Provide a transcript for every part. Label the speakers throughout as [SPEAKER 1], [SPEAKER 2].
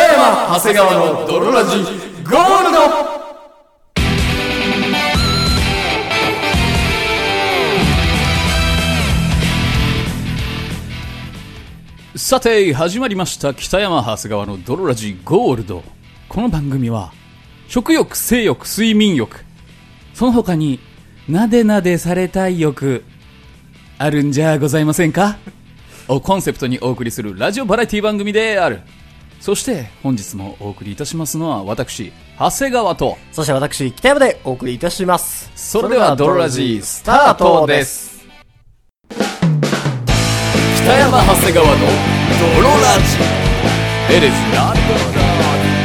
[SPEAKER 1] 長谷川の泥ラジゴールドさて始まりました北山長谷川の泥ラジゴールドこの番組は食欲性欲睡眠欲その他になでなでされたい欲あるんじゃございませんかをコンセプトにお送りするラジオバラエティ番組であるそして本日もお送りいたしますのは私長谷川と
[SPEAKER 2] そして私、北山でお送りいたします。
[SPEAKER 1] それではドロラジースタートです。北山長谷川のドロラジー It is not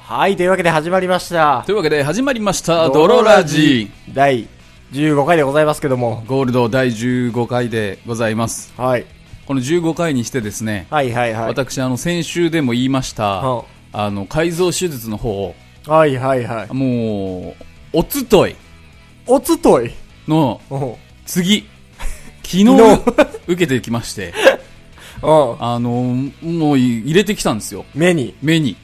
[SPEAKER 2] はい、というわけで始まりました
[SPEAKER 1] と。いうわけで始まりましたドロラジ
[SPEAKER 2] ー。第15回でございますけども
[SPEAKER 1] ー。ゴールド第15回でございます
[SPEAKER 2] はい。
[SPEAKER 1] この15回にしてですね、
[SPEAKER 2] はいはいはい。
[SPEAKER 1] 私あの先週でも言いました、
[SPEAKER 2] は
[SPEAKER 1] あの改造手術の方を
[SPEAKER 2] はいはいはい。
[SPEAKER 1] もうおつとい
[SPEAKER 2] おつとい。
[SPEAKER 1] の
[SPEAKER 2] うん。うん。
[SPEAKER 1] 次昨日
[SPEAKER 2] 昨
[SPEAKER 1] 受けてきましてあのもうい入れてきたんですよ
[SPEAKER 2] 目に。
[SPEAKER 1] 目に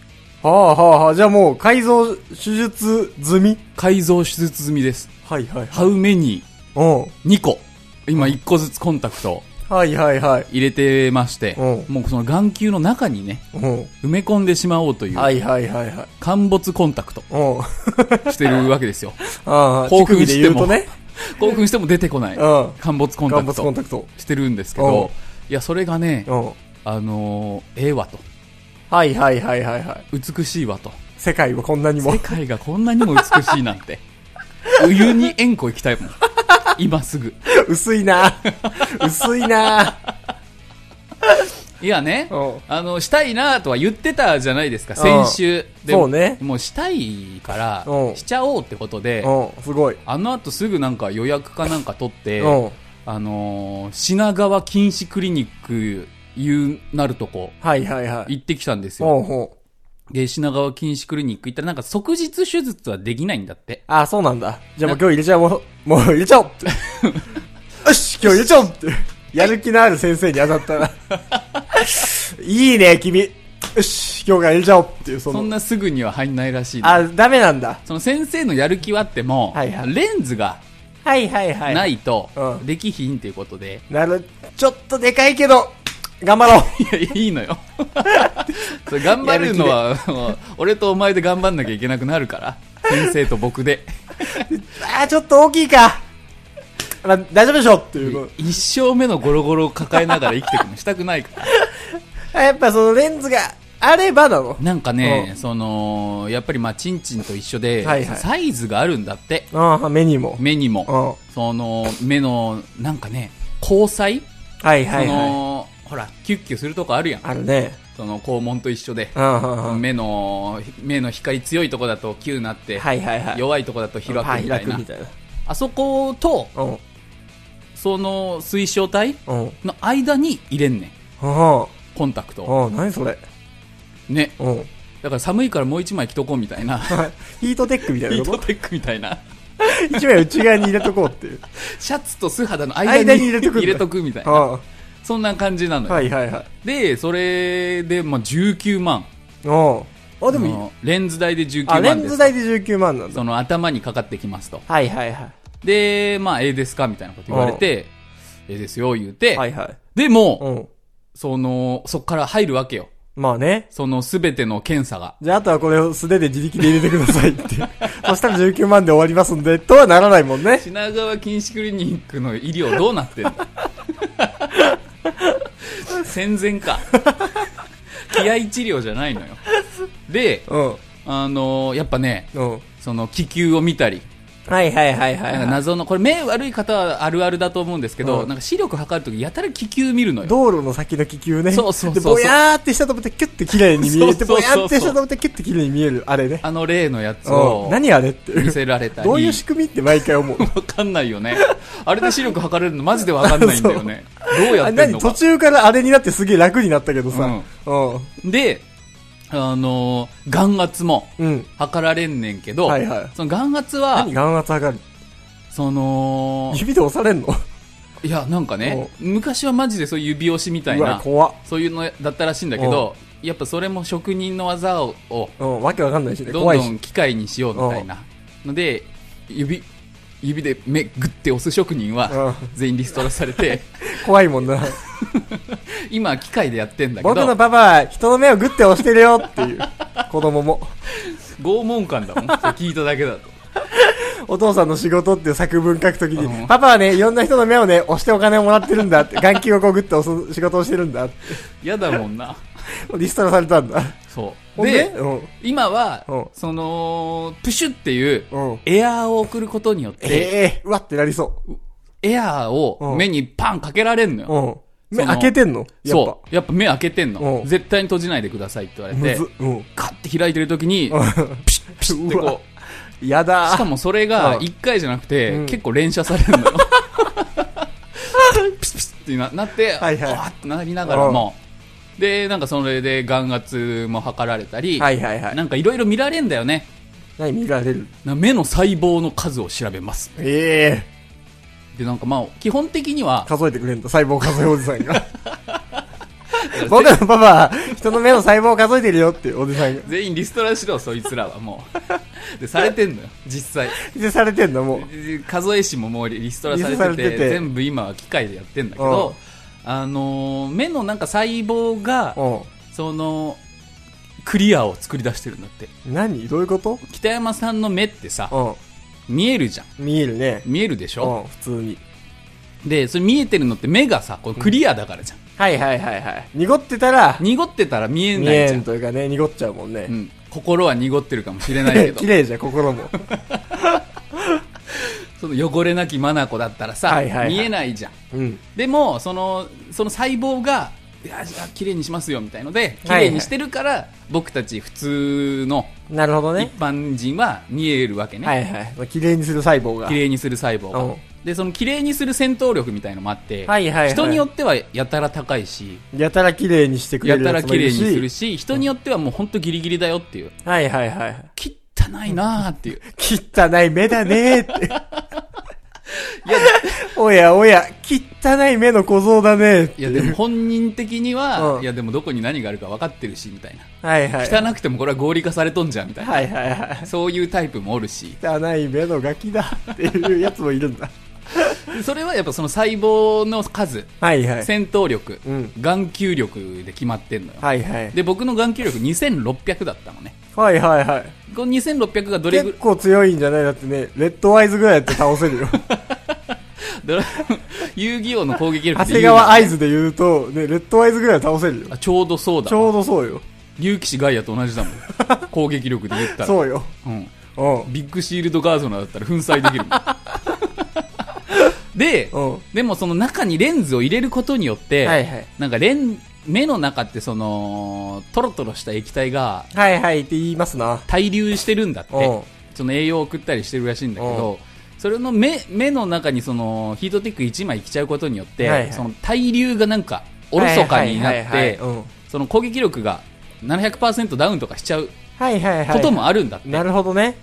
[SPEAKER 2] はあはあはあ。じゃあもう改造手術済み
[SPEAKER 1] 改造手術済みです
[SPEAKER 2] はいはい
[SPEAKER 1] ハウメニ
[SPEAKER 2] はい。
[SPEAKER 1] ー2個今1個ずつコンタクト
[SPEAKER 2] うん。はいはいはい。
[SPEAKER 1] 入れてまして
[SPEAKER 2] う
[SPEAKER 1] もうその眼球の中にね
[SPEAKER 2] うん。
[SPEAKER 1] 埋め込んでしまおうという
[SPEAKER 2] はいはいはいはい。
[SPEAKER 1] 陥没コンタクト
[SPEAKER 2] うん。
[SPEAKER 1] してるわけですよ
[SPEAKER 2] ああ、
[SPEAKER 1] 興奮
[SPEAKER 2] 乳首で言う とね。
[SPEAKER 1] 興奮しても出てこない
[SPEAKER 2] うん。
[SPEAKER 1] 陥没コンタ
[SPEAKER 2] ガ
[SPEAKER 1] ク
[SPEAKER 2] 物コ
[SPEAKER 1] ト
[SPEAKER 2] ンタクト。
[SPEAKER 1] してるんですけ
[SPEAKER 2] うん
[SPEAKER 1] ど、いや、それがね、
[SPEAKER 2] うん。
[SPEAKER 1] あのー、ええわと、
[SPEAKER 2] はいはいはいはいはい。
[SPEAKER 1] 美しいわと、
[SPEAKER 2] 世界はこんなにも
[SPEAKER 1] 世。界がこんなにも美しいなんて、 湯に縁故行きたいもん。今すぐ。
[SPEAKER 2] 薄いな 薄い ない
[SPEAKER 1] やね
[SPEAKER 2] うん、
[SPEAKER 1] あの、したいなとは言ってたじゃないですか、先週。で
[SPEAKER 2] そうね
[SPEAKER 1] もうしたいから
[SPEAKER 2] う、ん
[SPEAKER 1] しちゃおうってことで、
[SPEAKER 2] うん、すごい。
[SPEAKER 1] あの後すぐなんか予約かなんか取って、
[SPEAKER 2] うん。
[SPEAKER 1] あのー、品川禁止クリニック、いうなるとこ、
[SPEAKER 2] はいはいはい。
[SPEAKER 1] 行ってきたんですよ。
[SPEAKER 2] ほうほう。
[SPEAKER 1] で、品川禁止クリニック行ったらなんか即日手術はできないんだって。
[SPEAKER 2] あ、そうなんだ。じゃあもう今日入れちゃおう。もう、 もう入れちゃおう よし今日入れちゃおうって。やる気のある先生に当 たったら。いいね、君。よし今日から入れちゃおうっていう、そ
[SPEAKER 1] そ
[SPEAKER 2] の。
[SPEAKER 1] んなすぐには入んないらしいの。
[SPEAKER 2] あ、ダメなんだ。
[SPEAKER 1] その先生のやる気はあっても、
[SPEAKER 2] はいはい
[SPEAKER 1] レンズが
[SPEAKER 2] はいはいは
[SPEAKER 1] ないと
[SPEAKER 2] うん
[SPEAKER 1] できひんっていうことで、
[SPEAKER 2] なる、ちょっとでかいけど、頑張ろう。
[SPEAKER 1] い、や、いいのよ。 それ頑張るのは、もう 俺とお前で頑張んなきゃいけなくなるから、先生と僕で。
[SPEAKER 2] あー、ちょっと大きいか。まあ、大丈夫でしょっていうの。
[SPEAKER 1] 一生目のゴロゴロを抱えながら生きていくのしたくないから。
[SPEAKER 2] あやっぱそのレンズがあればなの。
[SPEAKER 1] なんかね、
[SPEAKER 2] うん
[SPEAKER 1] その、やっぱりまあ、チンチンと一緒で、
[SPEAKER 2] はいはい
[SPEAKER 1] サイズがあるんだって、
[SPEAKER 2] ああ、目にも。
[SPEAKER 1] 目にも。
[SPEAKER 2] うん。は
[SPEAKER 1] その、目の、なんかね、交際
[SPEAKER 2] いはい
[SPEAKER 1] そ
[SPEAKER 2] はい。
[SPEAKER 1] の、ほら、キュッキュするとこあるやん。
[SPEAKER 2] あるね。
[SPEAKER 1] その、肛門と一緒で。
[SPEAKER 2] うんうんうん。
[SPEAKER 1] 目の、目の光強いとこだとキューなって、
[SPEAKER 2] はいはいはい。
[SPEAKER 1] 弱いとこだと開くみたいな。
[SPEAKER 2] はい開くみたいな。
[SPEAKER 1] あそこと、
[SPEAKER 2] うん。
[SPEAKER 1] その、水晶体
[SPEAKER 2] うん。
[SPEAKER 1] の間に入れんねん。
[SPEAKER 2] う
[SPEAKER 1] コンタクトを。
[SPEAKER 2] ん。うん。何それ。
[SPEAKER 1] ね。
[SPEAKER 2] うん。
[SPEAKER 1] だから寒いからもう一枚着とこうみたいな。
[SPEAKER 2] ヒートテックみたい
[SPEAKER 1] ヒ
[SPEAKER 2] な
[SPEAKER 1] ー
[SPEAKER 2] こ
[SPEAKER 1] ト
[SPEAKER 2] と
[SPEAKER 1] テックみたいな。
[SPEAKER 2] 一枚内側に入れとこうっ ていう。
[SPEAKER 1] シャツと素肌の間
[SPEAKER 2] 間
[SPEAKER 1] に
[SPEAKER 2] に入れとくんだ
[SPEAKER 1] 入れとくみたいうな。
[SPEAKER 2] ん。は
[SPEAKER 1] そんな感じなの
[SPEAKER 2] い
[SPEAKER 1] よ。
[SPEAKER 2] はいはい。
[SPEAKER 1] で、それで、まあ、19万。
[SPEAKER 2] うん。あ、でもい
[SPEAKER 1] あ
[SPEAKER 2] い。
[SPEAKER 1] のレンズ代で19
[SPEAKER 2] あ、
[SPEAKER 1] 万です
[SPEAKER 2] レンズ代で19万なんだ。
[SPEAKER 1] その頭にかかってきますと
[SPEAKER 2] はいはいは
[SPEAKER 1] でまあええですかみたいなこと言われてええですよ言うて、
[SPEAKER 2] い。はいはい。
[SPEAKER 1] でも、
[SPEAKER 2] うん。
[SPEAKER 1] そのそっから入るわけよ
[SPEAKER 2] まあね。
[SPEAKER 1] その全ての検査が
[SPEAKER 2] じゃあ、あとはこれを素手で自力で入れてくださ いっていう。そしたら19万で終わりますんで、とはならないもんね。
[SPEAKER 1] 品川禁止クリニックの医療どうなってんだ 戦前か気合治療じゃないのよで
[SPEAKER 2] うん。
[SPEAKER 1] あのやっぱね
[SPEAKER 2] うん。
[SPEAKER 1] その気球を見たり
[SPEAKER 2] はいはいはい
[SPEAKER 1] な
[SPEAKER 2] はい
[SPEAKER 1] んか
[SPEAKER 2] は
[SPEAKER 1] 謎のこれ目悪い方はあるあるだと思うんですけど、
[SPEAKER 2] うん
[SPEAKER 1] なんか視力測るときやたら気球見るの
[SPEAKER 2] い。
[SPEAKER 1] よ
[SPEAKER 2] 道路の先の気球ね。
[SPEAKER 1] そうそうそう
[SPEAKER 2] で、
[SPEAKER 1] そう
[SPEAKER 2] ぼやーってしたと思って、キュッて綺麗に見えて、
[SPEAKER 1] そうそうそう
[SPEAKER 2] ぼや
[SPEAKER 1] そう
[SPEAKER 2] ーってしたと思って、キュッて綺麗に見える、あれね。
[SPEAKER 1] あの例のやつ
[SPEAKER 2] う
[SPEAKER 1] を
[SPEAKER 2] ん。何あれってい
[SPEAKER 1] 見
[SPEAKER 2] う。
[SPEAKER 1] せられたり。
[SPEAKER 2] どういう仕組みって毎回思う。
[SPEAKER 1] わかんないよね。あれで視力測れるのマジでわかんないんだよ ね。どうや
[SPEAKER 2] あ
[SPEAKER 1] ってんの
[SPEAKER 2] 何途
[SPEAKER 1] か。
[SPEAKER 2] 中からあれになってすげえ楽になったけどさ。うん。
[SPEAKER 1] で、あのー眼圧も
[SPEAKER 2] うん。
[SPEAKER 1] 測られんねんけど、
[SPEAKER 2] はいはい
[SPEAKER 1] その眼圧は
[SPEAKER 2] 何、眼圧上がる
[SPEAKER 1] その、
[SPEAKER 2] 指で押されんの
[SPEAKER 1] いや、なんかね、昔はマジでそういう指押しみたいう
[SPEAKER 2] わ、
[SPEAKER 1] な、
[SPEAKER 2] 怖っ。
[SPEAKER 1] そういうのだったらしいんだけど、やっぱそれも職人の技を、を
[SPEAKER 2] うん、わけわかんないしね、
[SPEAKER 1] どん
[SPEAKER 2] 怖い
[SPEAKER 1] ど
[SPEAKER 2] し。
[SPEAKER 1] ん機械にしようみたいな。ので、指、指で目グッて押す職人は、
[SPEAKER 2] うん、
[SPEAKER 1] 全員リストラされ て、
[SPEAKER 2] 怖いもんな。
[SPEAKER 1] 今機械でやってんだけ
[SPEAKER 2] 僕の
[SPEAKER 1] ど、
[SPEAKER 2] パパ、人の目をグッて押してるよっていう、子供も。
[SPEAKER 1] 拷問感だもん。それ聞いただけだと。
[SPEAKER 2] お父さんの仕事っていう作文書くとき
[SPEAKER 1] う
[SPEAKER 2] に、
[SPEAKER 1] ん
[SPEAKER 2] パパはね、いろんな人の目をね、押してお金をもらってるんだって、眼球をこうグッて押す仕事をしてるんだって。
[SPEAKER 1] 嫌だもん な。
[SPEAKER 2] リストラされたんだ。
[SPEAKER 1] そう。
[SPEAKER 2] ほんで、
[SPEAKER 1] で、
[SPEAKER 2] うん、
[SPEAKER 1] 今は
[SPEAKER 2] うん、
[SPEAKER 1] その、プシュっていう、
[SPEAKER 2] うん。
[SPEAKER 1] エアーを送ることによって、
[SPEAKER 2] ええうわってなりそう。
[SPEAKER 1] エアーを目にパンかけられんのよ。
[SPEAKER 2] うん。目
[SPEAKER 1] その
[SPEAKER 2] 開けてんのやっぱ
[SPEAKER 1] そう。やっぱ目開けてんの
[SPEAKER 2] う。ん
[SPEAKER 1] 絶対に閉じないでくださいって言われ
[SPEAKER 2] む
[SPEAKER 1] て
[SPEAKER 2] ず、。うん。
[SPEAKER 1] カッて開いてる時に、ピシッピシッって
[SPEAKER 2] うわ
[SPEAKER 1] こ
[SPEAKER 2] や
[SPEAKER 1] う。
[SPEAKER 2] だ
[SPEAKER 1] しか
[SPEAKER 2] ー。
[SPEAKER 1] もそれが
[SPEAKER 2] うん
[SPEAKER 1] 一回じゃなくて、
[SPEAKER 2] うん
[SPEAKER 1] 結構連射されるのよ。ピシッピシッってななって、
[SPEAKER 2] はいはい
[SPEAKER 1] わーってなりながらも、で、なんかそれで眼圧も測られたり、
[SPEAKER 2] はいはいはい。
[SPEAKER 1] なんかいろいろ見られんだよね。
[SPEAKER 2] 何見られる
[SPEAKER 1] な目の細胞の数を調べます。
[SPEAKER 2] え
[SPEAKER 1] で、なんかまあ、基本的には
[SPEAKER 2] え、数えてくれんだ、細胞数えおじさ んが。僕のパパは、人の目の細胞を数えてるよっていうおじさんが。
[SPEAKER 1] 全員リストラしろ、そいつらはも う。で、されてんのよ、実際。
[SPEAKER 2] で、されてんだ、もう。
[SPEAKER 1] で数え師ももうリストラされて
[SPEAKER 2] リストラさ
[SPEAKER 1] て
[SPEAKER 2] れてて
[SPEAKER 1] 全部今は機械でやってんだけど、あのー目のなんか細胞が、
[SPEAKER 2] う
[SPEAKER 1] その、クリアを作り出してるんだって。
[SPEAKER 2] ん。何どういうこと
[SPEAKER 1] 北山さんの目ってさ、
[SPEAKER 2] う
[SPEAKER 1] 見えるじゃん。
[SPEAKER 2] ん。見えるね。
[SPEAKER 1] 見えるでしょ、
[SPEAKER 2] うん、普通に。
[SPEAKER 1] で、それ見えてるのって目がさ、こうクリアだからじゃん。
[SPEAKER 2] はいはいはいはい。濁ってたら、
[SPEAKER 1] 濁ってたら見え
[SPEAKER 2] 見
[SPEAKER 1] ない
[SPEAKER 2] え
[SPEAKER 1] じゃん
[SPEAKER 2] ん。というかね、濁っちゃうもんね
[SPEAKER 1] う。ん、心は濁ってるかもしれ ないけど
[SPEAKER 2] 綺、麗じゃん、心も。
[SPEAKER 1] その汚れなき眼だったらさ、
[SPEAKER 2] はいはいはい
[SPEAKER 1] 見えないじゃん。
[SPEAKER 2] うん。
[SPEAKER 1] でもそのその細胞がいやじゃあ綺麗にしますよみたいので綺
[SPEAKER 2] はいはい
[SPEAKER 1] 麗にしてるから、僕たち普通の
[SPEAKER 2] なるほど
[SPEAKER 1] 一
[SPEAKER 2] ね。
[SPEAKER 1] 般人は見えるわけね、
[SPEAKER 2] はいはいまあ。綺麗にする細胞が。
[SPEAKER 1] 綺麗にする細胞
[SPEAKER 2] う
[SPEAKER 1] が
[SPEAKER 2] ん
[SPEAKER 1] でその綺麗にする戦闘力みたいのもあって、
[SPEAKER 2] はいはいはい
[SPEAKER 1] 人によってはやたら高いし
[SPEAKER 2] やたら綺麗にしてくれ
[SPEAKER 1] や
[SPEAKER 2] る
[SPEAKER 1] た
[SPEAKER 2] や
[SPEAKER 1] ら
[SPEAKER 2] つもい
[SPEAKER 1] 綺麗
[SPEAKER 2] る
[SPEAKER 1] に
[SPEAKER 2] し。
[SPEAKER 1] するし人によってはもう本当ギリギリだよっていう
[SPEAKER 2] はいはいはい。
[SPEAKER 1] 汚いなーっていう
[SPEAKER 2] 汚い目だねーって。 おやおや、汚い目の小僧だねーって
[SPEAKER 1] いやでも本人的には、
[SPEAKER 2] うん
[SPEAKER 1] いやでもどこに何があるか分かってるしみたいな
[SPEAKER 2] はいはい。
[SPEAKER 1] 汚くてもこれは合理化されとんじゃんみたいな、
[SPEAKER 2] はいはいはい。
[SPEAKER 1] そういうタイプもおるし
[SPEAKER 2] 汚い目のガキだっていうやつもいるんだ。
[SPEAKER 1] それはやっぱその細胞の数、
[SPEAKER 2] はいはい。
[SPEAKER 1] 戦闘力、
[SPEAKER 2] うん
[SPEAKER 1] 眼球力で決まってんのよ。
[SPEAKER 2] はいはい。
[SPEAKER 1] で、僕の眼球力2600だったのね。
[SPEAKER 2] はいはいはい。
[SPEAKER 1] この2600がどれぐ
[SPEAKER 2] 結構強いんじゃないだってね、レッドアイズぐらいやって倒 せるよ。
[SPEAKER 1] どれ 遊戯王の攻撃力
[SPEAKER 2] 長
[SPEAKER 1] で言う
[SPEAKER 2] 谷
[SPEAKER 1] の
[SPEAKER 2] 川アイズで言うと、ね、レッドアイズぐらいは倒せるよ。
[SPEAKER 1] あちょうどそうだ
[SPEAKER 2] ち。ょうどそうよ。
[SPEAKER 1] 竜騎士ガイアと同じ だもん。攻撃力で言ったら。
[SPEAKER 2] そうよ。
[SPEAKER 1] うん。
[SPEAKER 2] う
[SPEAKER 1] ビッグシールドガードナーだったら粉砕でき るもん。で、
[SPEAKER 2] ん。うん。
[SPEAKER 1] でもその中にレンズを入れることによって、
[SPEAKER 2] はいはい。
[SPEAKER 1] なんかレン、目の中ってその、トロトロした液体が
[SPEAKER 2] はいはいって言いますな。
[SPEAKER 1] 滞留してるんだっ
[SPEAKER 2] うん
[SPEAKER 1] て。その栄養を送ったりしてるらしいんだけど、それの目目の中にそのヒートテック1枚いきちゃうことによって、
[SPEAKER 2] はいはい
[SPEAKER 1] その対流がなんかおろそかにな
[SPEAKER 2] は
[SPEAKER 1] っ
[SPEAKER 2] いはいはい
[SPEAKER 1] て
[SPEAKER 2] はいうん
[SPEAKER 1] その攻撃力が700%ダウンとかしちゃう
[SPEAKER 2] はいはいは
[SPEAKER 1] こ
[SPEAKER 2] い。
[SPEAKER 1] ともあるんだって、
[SPEAKER 2] なるほどね。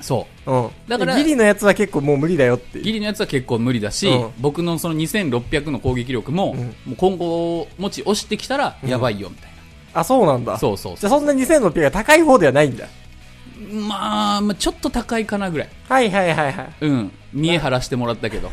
[SPEAKER 1] そ
[SPEAKER 2] うん。
[SPEAKER 1] だから
[SPEAKER 2] ギリのやつは結構もう無理だよっ
[SPEAKER 1] う
[SPEAKER 2] ていう。
[SPEAKER 1] ギリのやつは結構無理だし、
[SPEAKER 2] うん
[SPEAKER 1] 僕のその2600の攻撃力も,、
[SPEAKER 2] うん
[SPEAKER 1] もう今後持ち落ちてきたらやばいよみたいな、
[SPEAKER 2] あ、そうなんだ。
[SPEAKER 1] そうそう
[SPEAKER 2] じ
[SPEAKER 1] そ
[SPEAKER 2] ゃあそんな2600が高い方ではないんだ。
[SPEAKER 1] うまあ、まあちょっと高いかなぐらい
[SPEAKER 2] はいはいはいはい。
[SPEAKER 1] うん、見え張らしてもらったけど、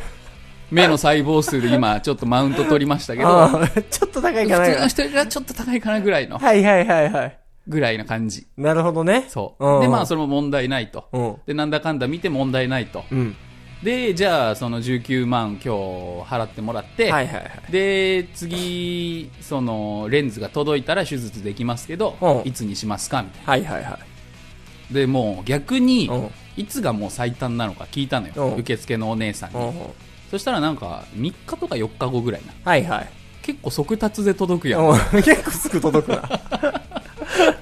[SPEAKER 1] 目の細胞数で今、ちょっとマウント取りましたけど、
[SPEAKER 2] あー ちょっと高い
[SPEAKER 1] 普
[SPEAKER 2] かな。
[SPEAKER 1] 通の人よりはちょっと高いかなぐらいの、
[SPEAKER 2] はいはいはいはい。
[SPEAKER 1] ぐらいな感じ。
[SPEAKER 2] なるほどね。
[SPEAKER 1] そう。で、まあ、
[SPEAKER 2] そ
[SPEAKER 1] それも問題ないと。
[SPEAKER 2] うん。
[SPEAKER 1] で、なんだかんだ見て問題ないと。
[SPEAKER 2] うん。
[SPEAKER 1] で、じゃあ、その19万今日払ってもらって、
[SPEAKER 2] はいはいはい。
[SPEAKER 1] で、次、その、レンズが届いたら手術できますけど、
[SPEAKER 2] うん
[SPEAKER 1] いつにしますかみたい
[SPEAKER 2] はいはいはい。
[SPEAKER 1] な。で、もう逆に
[SPEAKER 2] うん、
[SPEAKER 1] いつがもう最短なのか聞いたの
[SPEAKER 2] う
[SPEAKER 1] よ
[SPEAKER 2] ん。
[SPEAKER 1] 受付のお姉さん
[SPEAKER 2] う
[SPEAKER 1] に。
[SPEAKER 2] んうん
[SPEAKER 1] そしたらなんか、3日とか4日後ぐらいな。
[SPEAKER 2] はいはい。
[SPEAKER 1] 結構速達で届くやん。
[SPEAKER 2] うん 結構すぐ届くな。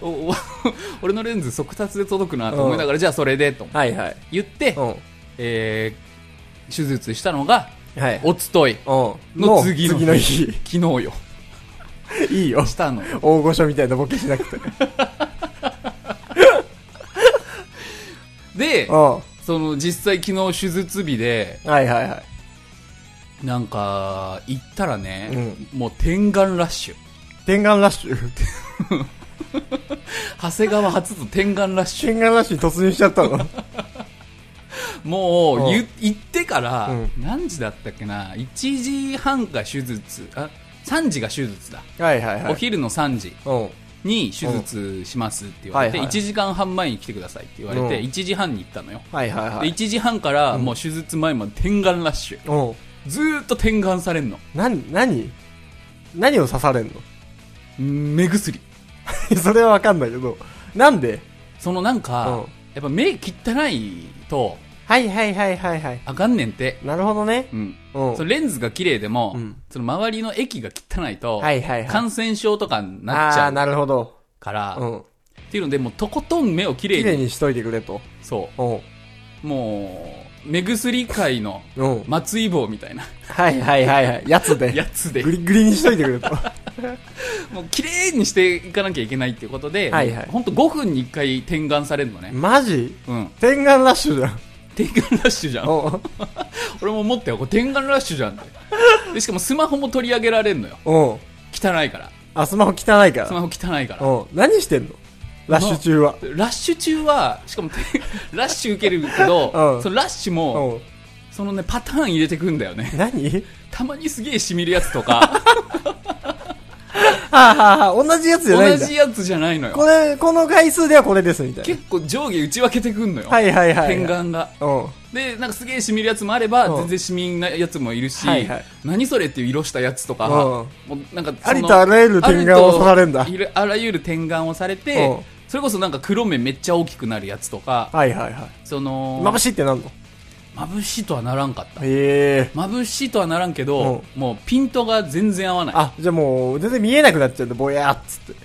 [SPEAKER 1] おお 俺のレンズ速達で届くなと思いながら、じゃあそれでと
[SPEAKER 2] はいはい。
[SPEAKER 1] 言って、
[SPEAKER 2] うん。
[SPEAKER 1] えー手術したのが、
[SPEAKER 2] はい。
[SPEAKER 1] おつとい、
[SPEAKER 2] うん。
[SPEAKER 1] の次の日
[SPEAKER 2] 次の日。
[SPEAKER 1] 昨日よ。
[SPEAKER 2] いいよ。
[SPEAKER 1] したのよ。
[SPEAKER 2] 大御所みたいなボケしなくて。
[SPEAKER 1] で
[SPEAKER 2] う、ん。
[SPEAKER 1] その実際昨日手術日で
[SPEAKER 2] はいはいはい。
[SPEAKER 1] なんか行ったらね、
[SPEAKER 2] う
[SPEAKER 1] もう天眼ラッシュ
[SPEAKER 2] 天眼ラッシュ。
[SPEAKER 1] 長谷川初の天眼ラッシュ
[SPEAKER 2] 天眼ラッシュに突入しちゃった の。
[SPEAKER 1] も
[SPEAKER 2] う
[SPEAKER 1] うんゆ行ってから
[SPEAKER 2] うん
[SPEAKER 1] 何時だったっけな1時半か手術あ3時が手術だ、
[SPEAKER 2] はいはいは
[SPEAKER 1] お
[SPEAKER 2] い。
[SPEAKER 1] 昼の3時
[SPEAKER 2] うん。
[SPEAKER 1] に手術しますって言われて、
[SPEAKER 2] うんはいはい
[SPEAKER 1] 1時間半前に来てくださいって言われて、
[SPEAKER 2] うん
[SPEAKER 1] 1時半に行ったのよ、
[SPEAKER 2] はいはいは
[SPEAKER 1] で
[SPEAKER 2] い。
[SPEAKER 1] 1時半からもう手術前まで点眼ラッシュ
[SPEAKER 2] うん。
[SPEAKER 1] ずーっと点眼されんの
[SPEAKER 2] な、何何を刺されんの
[SPEAKER 1] 目薬
[SPEAKER 2] それはわかんないけど。なんで
[SPEAKER 1] そのなんか、
[SPEAKER 2] うん
[SPEAKER 1] やっぱ目汚いと
[SPEAKER 2] はいはいはいはいはい。
[SPEAKER 1] あかんねんて、
[SPEAKER 2] なるほどね。
[SPEAKER 1] うん、
[SPEAKER 2] うん。
[SPEAKER 1] そのレンズが綺麗でも、
[SPEAKER 2] うん
[SPEAKER 1] その周りの液が汚いと、
[SPEAKER 2] はいはいはい。
[SPEAKER 1] 感染症とかになっちゃ
[SPEAKER 2] ああー、
[SPEAKER 1] う
[SPEAKER 2] なるほど。
[SPEAKER 1] から、
[SPEAKER 2] う
[SPEAKER 1] っ
[SPEAKER 2] ん。
[SPEAKER 1] ていうのでもうとことん目をきれい
[SPEAKER 2] 綺麗
[SPEAKER 1] に
[SPEAKER 2] にしといてくれと。
[SPEAKER 1] そ
[SPEAKER 2] うん。
[SPEAKER 1] うもう目薬界の
[SPEAKER 2] うん。
[SPEAKER 1] 松井棒みたいな
[SPEAKER 2] はいはいはいはい。やつで。
[SPEAKER 1] やつで
[SPEAKER 2] グリグリにしといてく れと。
[SPEAKER 1] もう綺麗にしていかなきゃいけないっていうことで、
[SPEAKER 2] はいはい
[SPEAKER 1] ほんと5分に1回点眼されるのね、
[SPEAKER 2] マジ
[SPEAKER 1] うん、
[SPEAKER 2] 天眼ラッシュじゃん。
[SPEAKER 1] 点眼ラッシュじゃん
[SPEAKER 2] う
[SPEAKER 1] 俺も思ったよこれ点眼ラッシュじゃんってでしかもスマホも取り上げられるのよ
[SPEAKER 2] ん。うん。
[SPEAKER 1] 汚いから
[SPEAKER 2] あ、スマホ汚いか
[SPEAKER 1] スマホ汚いから
[SPEAKER 2] ら。うん。何してんのラッシュ中は。
[SPEAKER 1] ラッシュ中はしかも点 ラッシュ受けるけど、
[SPEAKER 2] うん
[SPEAKER 1] そのラッシュも、
[SPEAKER 2] うん。
[SPEAKER 1] そのねパターン入れてくんだよね
[SPEAKER 2] 何
[SPEAKER 1] たまにすげえしみるやつとか
[SPEAKER 2] はあはあはあ、同 じやつじゃな
[SPEAKER 1] 同
[SPEAKER 2] いんだ
[SPEAKER 1] じ。やつじゃないのよ
[SPEAKER 2] これ、この回数ではこれですみたい
[SPEAKER 1] 結構上下打ち分けてくんのよ、
[SPEAKER 2] な。はいはいはい。
[SPEAKER 1] 点。眼が
[SPEAKER 2] うん。
[SPEAKER 1] でなんかすげえしみるやつもあれば、
[SPEAKER 2] うん
[SPEAKER 1] 全然しみんないやつもいるし、
[SPEAKER 2] はいはい
[SPEAKER 1] 何それっていう色したやつとか、
[SPEAKER 2] うん
[SPEAKER 1] もうなんかその
[SPEAKER 2] ありとあらゆる点眼を刺されんだ
[SPEAKER 1] ありといるあらゆる点眼をされて、
[SPEAKER 2] うん
[SPEAKER 1] それこそなんか黒目めっちゃ大きくなるやつとか、
[SPEAKER 2] はいはいはい。
[SPEAKER 1] その
[SPEAKER 2] 眩しいってなんの
[SPEAKER 1] 眩しいとはならんかった
[SPEAKER 2] へえ。
[SPEAKER 1] 眩しいとはならんけど、もうピントが全然合わない
[SPEAKER 2] あ、じゃあもう、全然見えなくなっちゃうんだ、ぼやーっつって。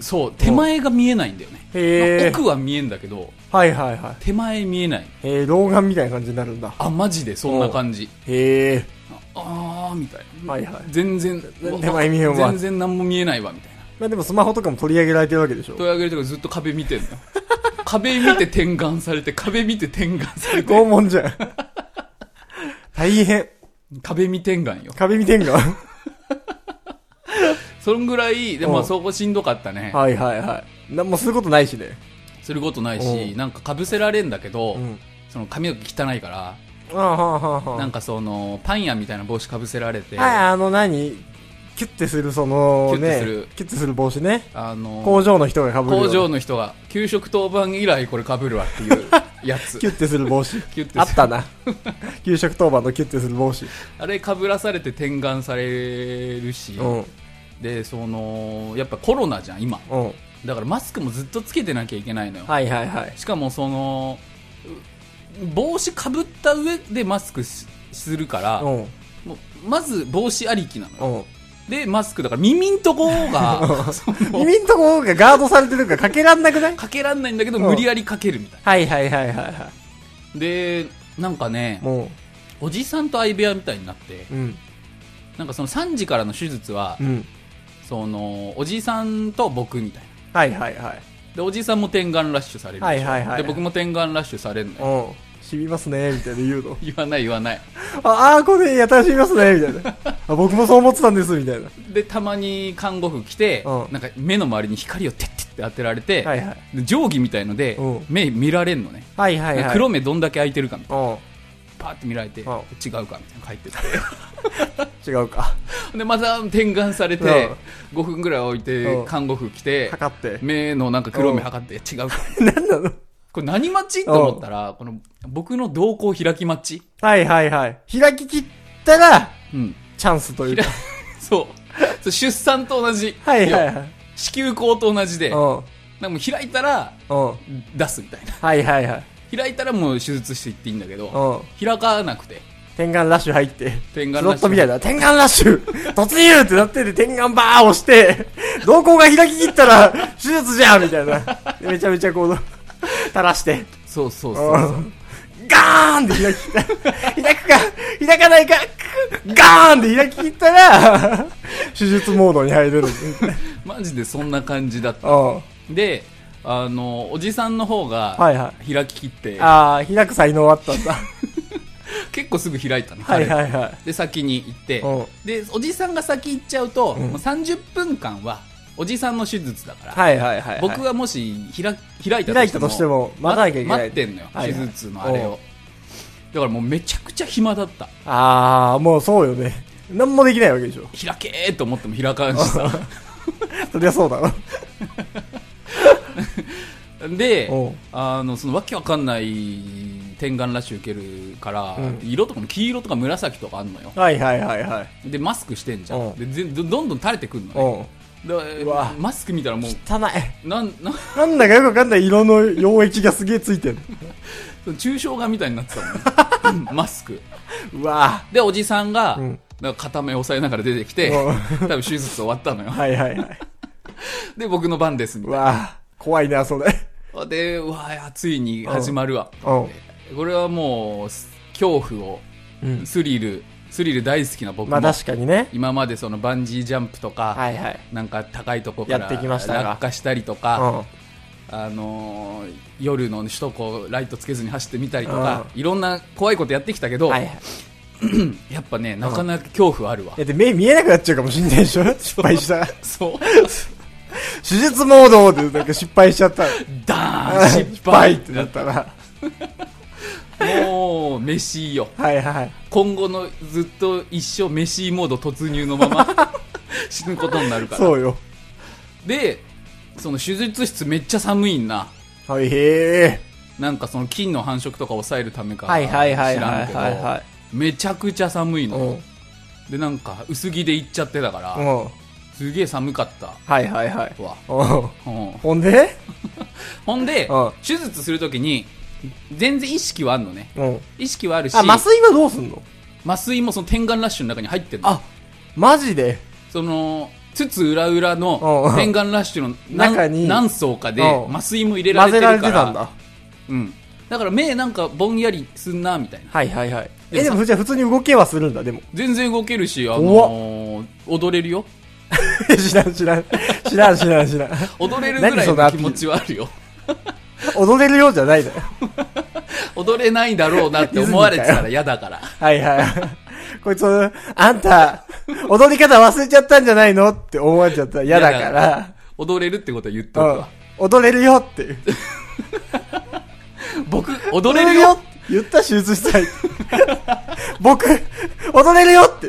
[SPEAKER 1] そう手前が見えないんだよね、
[SPEAKER 2] へえ。
[SPEAKER 1] 奥は見えんだけど
[SPEAKER 2] はいはいはい。
[SPEAKER 1] 手前見えない
[SPEAKER 2] えー、老眼みたいな感じになるんだ。
[SPEAKER 1] あマジでそんな感じ
[SPEAKER 2] へえ。
[SPEAKER 1] ああーみたいな
[SPEAKER 2] はいはい。
[SPEAKER 1] 全然
[SPEAKER 2] な
[SPEAKER 1] わ
[SPEAKER 2] 手前見えんわ
[SPEAKER 1] 全然何も見えないわみたいな
[SPEAKER 2] まあでもスマホとかも取り上げられてるわけでしょ。
[SPEAKER 1] 取り上げるとかずっと壁見てんの壁見て点眼されて壁見て点眼されて
[SPEAKER 2] 拷問じ ゃん。大変。
[SPEAKER 1] 壁見点眼よ
[SPEAKER 2] 壁見てんが。
[SPEAKER 1] そんぐらいで
[SPEAKER 2] う
[SPEAKER 1] も
[SPEAKER 2] ん
[SPEAKER 1] そこしんどかったね
[SPEAKER 2] はいはいはい。なんもすることないしね。
[SPEAKER 1] することない
[SPEAKER 2] お
[SPEAKER 1] し
[SPEAKER 2] う
[SPEAKER 1] なんかかぶせられんだけど、
[SPEAKER 2] うん。
[SPEAKER 1] その髪の毛汚いから
[SPEAKER 2] ああ、はあ、はあ、は
[SPEAKER 1] なん
[SPEAKER 2] あ。
[SPEAKER 1] かそのパン屋みたいな帽子かぶせられて
[SPEAKER 2] はい、
[SPEAKER 1] あ
[SPEAKER 2] あの何キュッてする、その
[SPEAKER 1] キュッて
[SPEAKER 2] ね
[SPEAKER 1] する。
[SPEAKER 2] キュッてする帽子ね。
[SPEAKER 1] の
[SPEAKER 2] 工場の人が被る。
[SPEAKER 1] 工場。の人が給食当番以来これかぶるわって いうやつ
[SPEAKER 2] キュッてする帽子。
[SPEAKER 1] キュッて
[SPEAKER 2] あったな。給食当番のキュッてする帽子。
[SPEAKER 1] あれかぶらされて転眼されるし、
[SPEAKER 2] うん。
[SPEAKER 1] でそのやっぱコロナじゃん今
[SPEAKER 2] うん。
[SPEAKER 1] だからマスクもずっとつけてなきゃいけないのよ、
[SPEAKER 2] はいはいはい。
[SPEAKER 1] しかもそのう帽子かぶった上でマスクしするから、
[SPEAKER 2] うん。
[SPEAKER 1] もうまず帽子ありきなのよ
[SPEAKER 2] うん。
[SPEAKER 1] でマスクだから耳んとこが その
[SPEAKER 2] 耳んとこがガードされてるからかけらんなくない
[SPEAKER 1] かけらんないんだけど
[SPEAKER 2] うん
[SPEAKER 1] 無理やりかけるみたい
[SPEAKER 2] はいはいはいはいは
[SPEAKER 1] でなんかね
[SPEAKER 2] い。も
[SPEAKER 1] おじさんと相部屋みたいになって
[SPEAKER 2] う、うん。
[SPEAKER 1] なんかその3時からの手術は、
[SPEAKER 2] うん。
[SPEAKER 1] そのおじさんと僕みたいな
[SPEAKER 2] はいはいはい。
[SPEAKER 1] でおじさんも点眼ラッシュされるでしょ、
[SPEAKER 2] はいはいはいはい
[SPEAKER 1] で僕も点眼ラッシュされるのよ
[SPEAKER 2] うん。しみますね、みたいな言うの。
[SPEAKER 1] 言わない言わない
[SPEAKER 2] あ、あーこれやたらしみますね、みた いな。あ、僕もそう思ってたんです、みたいな。
[SPEAKER 1] でたまに看護婦来て、
[SPEAKER 2] うん
[SPEAKER 1] なんか目の周りに光をてってって当てられて、
[SPEAKER 2] はいはい。
[SPEAKER 1] で定規みたいので、
[SPEAKER 2] うん
[SPEAKER 1] 目見られんのね、
[SPEAKER 2] はいはいはい。
[SPEAKER 1] 黒目どんだけ開いてるかみたい
[SPEAKER 2] うん。
[SPEAKER 1] なパーって見られて、
[SPEAKER 2] うん
[SPEAKER 1] 違うかみたいな書いてて
[SPEAKER 2] 違うか。
[SPEAKER 1] でまた点眼されて、5分ぐらい置いて、
[SPEAKER 2] うん
[SPEAKER 1] 看護婦来て
[SPEAKER 2] 測って。
[SPEAKER 1] 目のなんか黒目測って、違うか
[SPEAKER 2] なんなの
[SPEAKER 1] これ何待ちと思ったら、この僕の瞳孔開き待ち、
[SPEAKER 2] はいはいはい。開き切ったら、
[SPEAKER 1] うん、
[SPEAKER 2] チャンスというか。
[SPEAKER 1] そうそう出産と同じ
[SPEAKER 2] はいはい
[SPEAKER 1] 要は
[SPEAKER 2] はい。
[SPEAKER 1] 子宮口と同じで
[SPEAKER 2] う
[SPEAKER 1] なん
[SPEAKER 2] ん。
[SPEAKER 1] かもう開いたら
[SPEAKER 2] うん。
[SPEAKER 1] 出すみたいな
[SPEAKER 2] はいはいはい。
[SPEAKER 1] 開いたらもう手術していっていいんだけど
[SPEAKER 2] うん。
[SPEAKER 1] 開かなくて
[SPEAKER 2] 天眼ラッシュ入って。
[SPEAKER 1] 点
[SPEAKER 2] ス
[SPEAKER 1] 眼
[SPEAKER 2] ロ
[SPEAKER 1] ラッ
[SPEAKER 2] ッ
[SPEAKER 1] シ
[SPEAKER 2] トみたい
[SPEAKER 1] ュ
[SPEAKER 2] な。天眼ラッシュ 突入ってなってて、天眼バー押して、瞳孔が開き切ったら、手術じゃんみたいな。めちゃめちゃこう、垂らして。
[SPEAKER 1] そうそう
[SPEAKER 2] う
[SPEAKER 1] そうん
[SPEAKER 2] ガーンって開き切った。開くか、開かないか、ガーンって開き切ったら、手術モードに入れる。
[SPEAKER 1] マジでそんな感じだった
[SPEAKER 2] うん。
[SPEAKER 1] であの、おじさんの方が、
[SPEAKER 2] はいは
[SPEAKER 1] 開ききって、
[SPEAKER 2] い。ああ、開く才能あったんだ。
[SPEAKER 1] 結構すぐ開いたの、
[SPEAKER 2] は
[SPEAKER 1] 彼
[SPEAKER 2] い
[SPEAKER 1] が
[SPEAKER 2] はいはい。
[SPEAKER 1] で、先に行って
[SPEAKER 2] うん、
[SPEAKER 1] で、おじさんが先行っちゃうと、
[SPEAKER 2] ん
[SPEAKER 1] もう30分間は、おじさんの手術だから、
[SPEAKER 2] はいはいはい。
[SPEAKER 1] 僕
[SPEAKER 2] は
[SPEAKER 1] がもし開開いた
[SPEAKER 2] 開いたとしても待たなきゃいけない
[SPEAKER 1] 待ってんのよ、
[SPEAKER 2] はいはい
[SPEAKER 1] 手術のあれ
[SPEAKER 2] お
[SPEAKER 1] を
[SPEAKER 2] う
[SPEAKER 1] だからもうめちゃくちゃ暇だった
[SPEAKER 2] い。ああ、もうそうよね。何もできないわけでしょ。
[SPEAKER 1] 開けーと思っても開かんしさ
[SPEAKER 2] そりゃそうだろ。
[SPEAKER 1] で
[SPEAKER 2] おう
[SPEAKER 1] あのそのわけわかんない天眼ラッシュ受けるから、
[SPEAKER 2] うん
[SPEAKER 1] 色とかも黄色とか紫とかあんのよ
[SPEAKER 2] はいはいはいはい。
[SPEAKER 1] でマスクしてんじゃ
[SPEAKER 2] お
[SPEAKER 1] ん
[SPEAKER 2] う
[SPEAKER 1] でぜんどどんどん垂れてくんの
[SPEAKER 2] う
[SPEAKER 1] ね
[SPEAKER 2] ん。
[SPEAKER 1] で
[SPEAKER 2] うわ
[SPEAKER 1] マスク見たらもう
[SPEAKER 2] 汚い。
[SPEAKER 1] なんなん
[SPEAKER 2] なんだかよくわかんない色の溶液がすげえついてる。
[SPEAKER 1] その抽象画みたいになってたもんね マスク
[SPEAKER 2] うわ
[SPEAKER 1] でおじさんが、
[SPEAKER 2] ん
[SPEAKER 1] なんか片目押さえながら出てきて
[SPEAKER 2] おう
[SPEAKER 1] 多分手術終わったの よ
[SPEAKER 2] あ。はいはいはい。
[SPEAKER 1] で、僕の番です、み
[SPEAKER 2] う
[SPEAKER 1] たい
[SPEAKER 2] わあ、怖いな、それ。
[SPEAKER 1] な。で、うわあついに始まるわ。
[SPEAKER 2] うん。
[SPEAKER 1] これはもう、す恐怖を、
[SPEAKER 2] うん
[SPEAKER 1] スリル、スリル大好きな僕も、
[SPEAKER 2] まあ確かにね。
[SPEAKER 1] 今までそのバンジージャンプとか、
[SPEAKER 2] はいはい。
[SPEAKER 1] なんか高いとこから
[SPEAKER 2] やってきましたが
[SPEAKER 1] 落下したりと
[SPEAKER 2] う
[SPEAKER 1] か、
[SPEAKER 2] ん。
[SPEAKER 1] あのー夜の首都高ライトつけずに走ってみたりとか、
[SPEAKER 2] う
[SPEAKER 1] いろんな怖いことやってきたけど、
[SPEAKER 2] はいはい。
[SPEAKER 1] やっぱね、なかなか恐怖あるわ。
[SPEAKER 2] え、で、目見えなくなっちゃうかもしんないでし ょ失敗したら。
[SPEAKER 1] そう。
[SPEAKER 2] 手術モードでなんか失敗しちゃ ったら。
[SPEAKER 1] ダ ーン失敗っ
[SPEAKER 2] ってて
[SPEAKER 1] な
[SPEAKER 2] な
[SPEAKER 1] っ
[SPEAKER 2] ったら。
[SPEAKER 1] てもう、飯よ。
[SPEAKER 2] はいはい。
[SPEAKER 1] 今後のずっと一生飯モード突入のま ま死ぬことになるから
[SPEAKER 2] そうよ。
[SPEAKER 1] でその手術室めっちゃ寒いんな
[SPEAKER 2] はいへえ。
[SPEAKER 1] なんかその菌の繁殖とか抑えるためか
[SPEAKER 2] はいはいはい
[SPEAKER 1] 知
[SPEAKER 2] は
[SPEAKER 1] ら
[SPEAKER 2] い
[SPEAKER 1] んけ
[SPEAKER 2] はいは
[SPEAKER 1] どめちゃくちゃ寒い
[SPEAKER 2] い。
[SPEAKER 1] の、
[SPEAKER 2] うん。
[SPEAKER 1] でなんか薄着で行っちゃってたから、
[SPEAKER 2] うん。
[SPEAKER 1] すげえ寒かった
[SPEAKER 2] はいはいはい。
[SPEAKER 1] わ、
[SPEAKER 2] うん。
[SPEAKER 1] うん
[SPEAKER 2] ほんで
[SPEAKER 1] ほんで、
[SPEAKER 2] うん
[SPEAKER 1] 手術するときに全然意識はあんのね
[SPEAKER 2] うん。
[SPEAKER 1] 意識はあるし
[SPEAKER 2] あ、麻酔はどうすんの
[SPEAKER 1] 麻酔もその天眼ラッシュの中に入ってるの
[SPEAKER 2] あ、マジで
[SPEAKER 1] その、つつ裏裏
[SPEAKER 2] う
[SPEAKER 1] の
[SPEAKER 2] ん
[SPEAKER 1] 天眼ラッシュの何
[SPEAKER 2] 中に
[SPEAKER 1] 何層かで
[SPEAKER 2] うん
[SPEAKER 1] 麻酔も入れら
[SPEAKER 2] 混
[SPEAKER 1] れて
[SPEAKER 2] ぜ
[SPEAKER 1] る
[SPEAKER 2] ら
[SPEAKER 1] から。
[SPEAKER 2] れてたんだ。
[SPEAKER 1] うん。だから目なんかぼんやりすんな、みたいな。
[SPEAKER 2] はいはいはい。
[SPEAKER 1] でも
[SPEAKER 2] え、でもじゃあ普通に動けはするんだ、でも。
[SPEAKER 1] 全然動けるし、あのー踊れるよ。
[SPEAKER 2] 知らん知らん。知らん知らん知らん。
[SPEAKER 1] 踊れるぐら
[SPEAKER 2] 何
[SPEAKER 1] い
[SPEAKER 2] その
[SPEAKER 1] の
[SPEAKER 2] ア
[SPEAKER 1] 気
[SPEAKER 2] ピール
[SPEAKER 1] 持ちはあるよ。
[SPEAKER 2] 踊れるようじゃないのよ。
[SPEAKER 1] 踊れないだろうなって思われてたら嫌だから。
[SPEAKER 2] はいはい。こいつ、あんた、踊り方忘れちゃったんじゃないのって思われちゃったら嫌だ
[SPEAKER 1] 嫌
[SPEAKER 2] か
[SPEAKER 1] 踊れるってことは言っとく
[SPEAKER 2] ら
[SPEAKER 1] わ。、
[SPEAKER 2] うん。踊れるよっていう。
[SPEAKER 1] 僕、踊
[SPEAKER 2] 踊
[SPEAKER 1] れ
[SPEAKER 2] れ
[SPEAKER 1] る
[SPEAKER 2] るよっ
[SPEAKER 1] よ
[SPEAKER 2] て言った手術したい。僕、踊れるよって。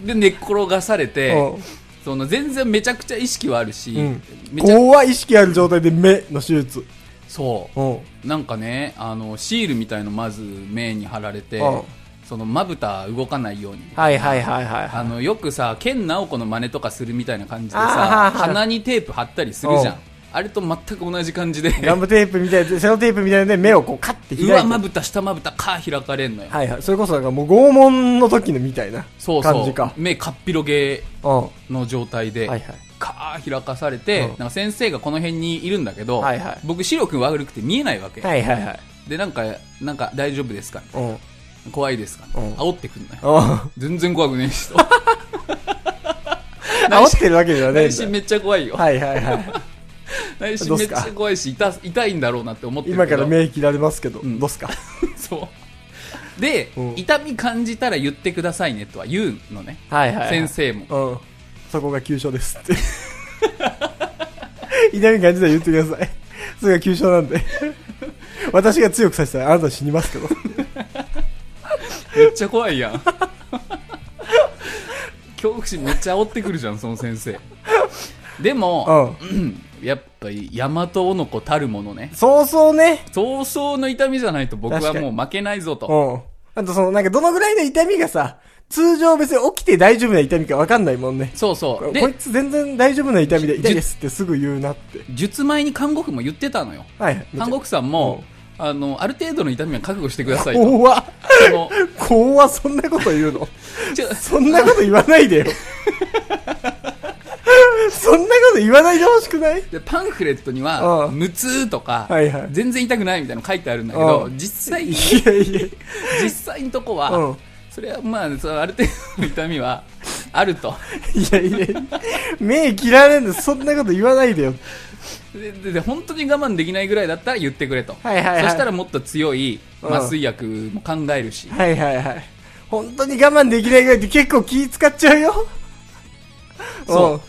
[SPEAKER 1] で寝っ転がされて
[SPEAKER 2] うん、
[SPEAKER 1] その全然めちゃくちゃ意識はあるし、
[SPEAKER 2] うん
[SPEAKER 1] めちゃ
[SPEAKER 2] 怖い意識ある状態で目の手術。
[SPEAKER 1] そう。
[SPEAKER 2] うん。
[SPEAKER 1] なんかねあのシールみたいのまず目に貼られて
[SPEAKER 2] うん
[SPEAKER 1] そのまぶた動かないように
[SPEAKER 2] はいはいはいはい
[SPEAKER 1] あ
[SPEAKER 2] はい。
[SPEAKER 1] のよくさ研ナオコの真似とかするみたいな感じで
[SPEAKER 2] あ
[SPEAKER 1] さ
[SPEAKER 2] ーはいはい
[SPEAKER 1] 鼻にテープ貼ったりするじゃ
[SPEAKER 2] うん
[SPEAKER 1] んあれと全く同じ感じで
[SPEAKER 2] ガムテープみたいな、セロテープみたいなので目をこうカッて開いて。
[SPEAKER 1] 上まぶた下まぶたか開かれんのよ
[SPEAKER 2] はいはい。それこそなんかもう拷問の時のみたいな
[SPEAKER 1] そう
[SPEAKER 2] 感
[SPEAKER 1] そ
[SPEAKER 2] じ
[SPEAKER 1] う
[SPEAKER 2] か。
[SPEAKER 1] 目かっぴろげ
[SPEAKER 2] うん。は
[SPEAKER 1] の状態
[SPEAKER 2] い
[SPEAKER 1] で
[SPEAKER 2] はい。
[SPEAKER 1] かー開かされて
[SPEAKER 2] うん
[SPEAKER 1] なんか先生がこの辺にいるんだけど
[SPEAKER 2] はいはい
[SPEAKER 1] 僕視力悪くて見えないわけ
[SPEAKER 2] はいはいはい。
[SPEAKER 1] でなんかなんか大丈夫ですか
[SPEAKER 2] うん。うん。
[SPEAKER 1] 怖いですか
[SPEAKER 2] うん
[SPEAKER 1] 煽ってくんのよ
[SPEAKER 2] 煽
[SPEAKER 1] 全然怖くねえ しと。
[SPEAKER 2] ってるわけじゃねえ
[SPEAKER 1] 内
[SPEAKER 2] ん
[SPEAKER 1] 心
[SPEAKER 2] だ。
[SPEAKER 1] めっちゃ怖いよ。
[SPEAKER 2] はいはいはい。
[SPEAKER 1] 内心めっちゃ怖いし、痛痛いんだろうなって思ってる
[SPEAKER 2] 今
[SPEAKER 1] けど。
[SPEAKER 2] から目切られますけど、
[SPEAKER 1] ん
[SPEAKER 2] どうすか
[SPEAKER 1] そう。で、
[SPEAKER 2] うん
[SPEAKER 1] 痛み感じたら言ってくださいねとは言うのね。
[SPEAKER 2] はい
[SPEAKER 1] 先生も。
[SPEAKER 2] うん。そこが急所ですって。 痛み感じたら言ってください。それが急所なんで。私が強くさせたらあなた死にますけど。
[SPEAKER 1] めっちゃ怖いやん。 恐怖心めっちゃ煽ってくるじゃん、その先生。でも、
[SPEAKER 2] うん。
[SPEAKER 1] やっぱり、大和おの子たるものね。
[SPEAKER 2] そうそうね。
[SPEAKER 1] 早々の痛みじゃないと僕は
[SPEAKER 2] 確か
[SPEAKER 1] も
[SPEAKER 2] に
[SPEAKER 1] う負けないぞと。
[SPEAKER 2] うん。あとそのなんかどのぐらいの痛みがさ、通常別に起きて大丈夫な痛みかわかんないもんね。
[SPEAKER 1] そうそう。
[SPEAKER 2] こい
[SPEAKER 1] で、
[SPEAKER 2] つ全然大丈夫な痛みで
[SPEAKER 1] じ
[SPEAKER 2] 痛いですってすぐ言うなって。
[SPEAKER 1] 術前に看護婦も言ってたのよ。
[SPEAKER 2] はいはい。
[SPEAKER 1] 看護婦さんも、あの、ある程度の痛みは覚悟してくださいと。
[SPEAKER 2] 怖っ
[SPEAKER 1] そ の
[SPEAKER 2] 怖っそんなこと言うの
[SPEAKER 1] ちょ
[SPEAKER 2] そんなこと言わな いでよ。そんなこと言わないでほしくない
[SPEAKER 1] でパンフレットには、
[SPEAKER 2] うん
[SPEAKER 1] 無痛とか、
[SPEAKER 2] はいはい
[SPEAKER 1] 全然痛くないみたいなの書いてあるんだけど
[SPEAKER 2] う、ん
[SPEAKER 1] 実 際、
[SPEAKER 2] いやいや。
[SPEAKER 1] 実際のとこは、
[SPEAKER 2] うん
[SPEAKER 1] それはまあ、そのある程度の痛みはあると。
[SPEAKER 2] いやいや、目切られんで、そんなこと言わないでよ。
[SPEAKER 1] ででで本当に我慢できないぐらいだったら言ってくれと、
[SPEAKER 2] はいはいはい
[SPEAKER 1] そしたらもっと強い
[SPEAKER 2] うん
[SPEAKER 1] 麻酔薬も考えるし、
[SPEAKER 2] はいはいはい。本当に我慢できないぐらいで結構気使っちゃうよ。
[SPEAKER 1] そ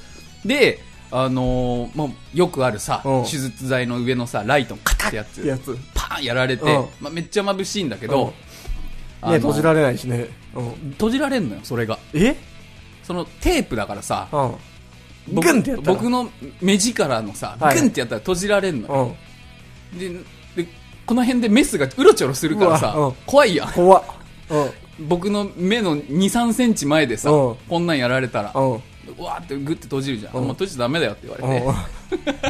[SPEAKER 1] うで、あのーまあ、よくあるさ
[SPEAKER 2] うん
[SPEAKER 1] 手術剤の上のさライトのカタッってや
[SPEAKER 2] うん。や
[SPEAKER 1] つ
[SPEAKER 2] つ。ね、
[SPEAKER 1] パーンやられて、
[SPEAKER 2] うん
[SPEAKER 1] まあ、めっちゃ眩しいんだけど、
[SPEAKER 2] うん
[SPEAKER 1] あの
[SPEAKER 2] 閉じられないしね。うん。
[SPEAKER 1] 閉じられんのよそれが
[SPEAKER 2] え
[SPEAKER 1] そのテープだからさ
[SPEAKER 2] うん。
[SPEAKER 1] 僕
[SPEAKER 2] グンってやったら
[SPEAKER 1] 僕の目力のさ、
[SPEAKER 2] はい
[SPEAKER 1] グンってやったら閉じられんのよ
[SPEAKER 2] うん。
[SPEAKER 1] ででこの辺でメスがうろちょろするからさ、
[SPEAKER 2] うわうん
[SPEAKER 1] 怖いやん
[SPEAKER 2] 怖っ。う
[SPEAKER 1] 僕の目の23センチ前でさ、
[SPEAKER 2] うん
[SPEAKER 1] こんなんやられたら、
[SPEAKER 2] ん。うん。
[SPEAKER 1] うわーってグッて閉じるじゃん、
[SPEAKER 2] うん
[SPEAKER 1] もう閉じちゃダメだよって言われて、
[SPEAKER 2] う
[SPEAKER 1] い。
[SPEAKER 2] ん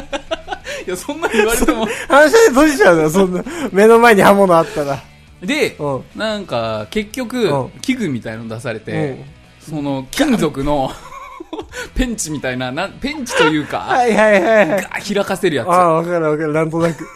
[SPEAKER 1] やそんなに言われても
[SPEAKER 2] 反射で閉じちゃうのよ、そんな。目の前に刃物あったら。
[SPEAKER 1] で、
[SPEAKER 2] うん
[SPEAKER 1] なんか結局、
[SPEAKER 2] うん
[SPEAKER 1] 器具みたいの出されて、
[SPEAKER 2] うん
[SPEAKER 1] その金属の ペンチみたいななペンチというか、
[SPEAKER 2] はいはいはいはい。
[SPEAKER 1] あ開かせるや
[SPEAKER 2] ああ、わかるわかる、なんとなく。
[SPEAKER 1] つ。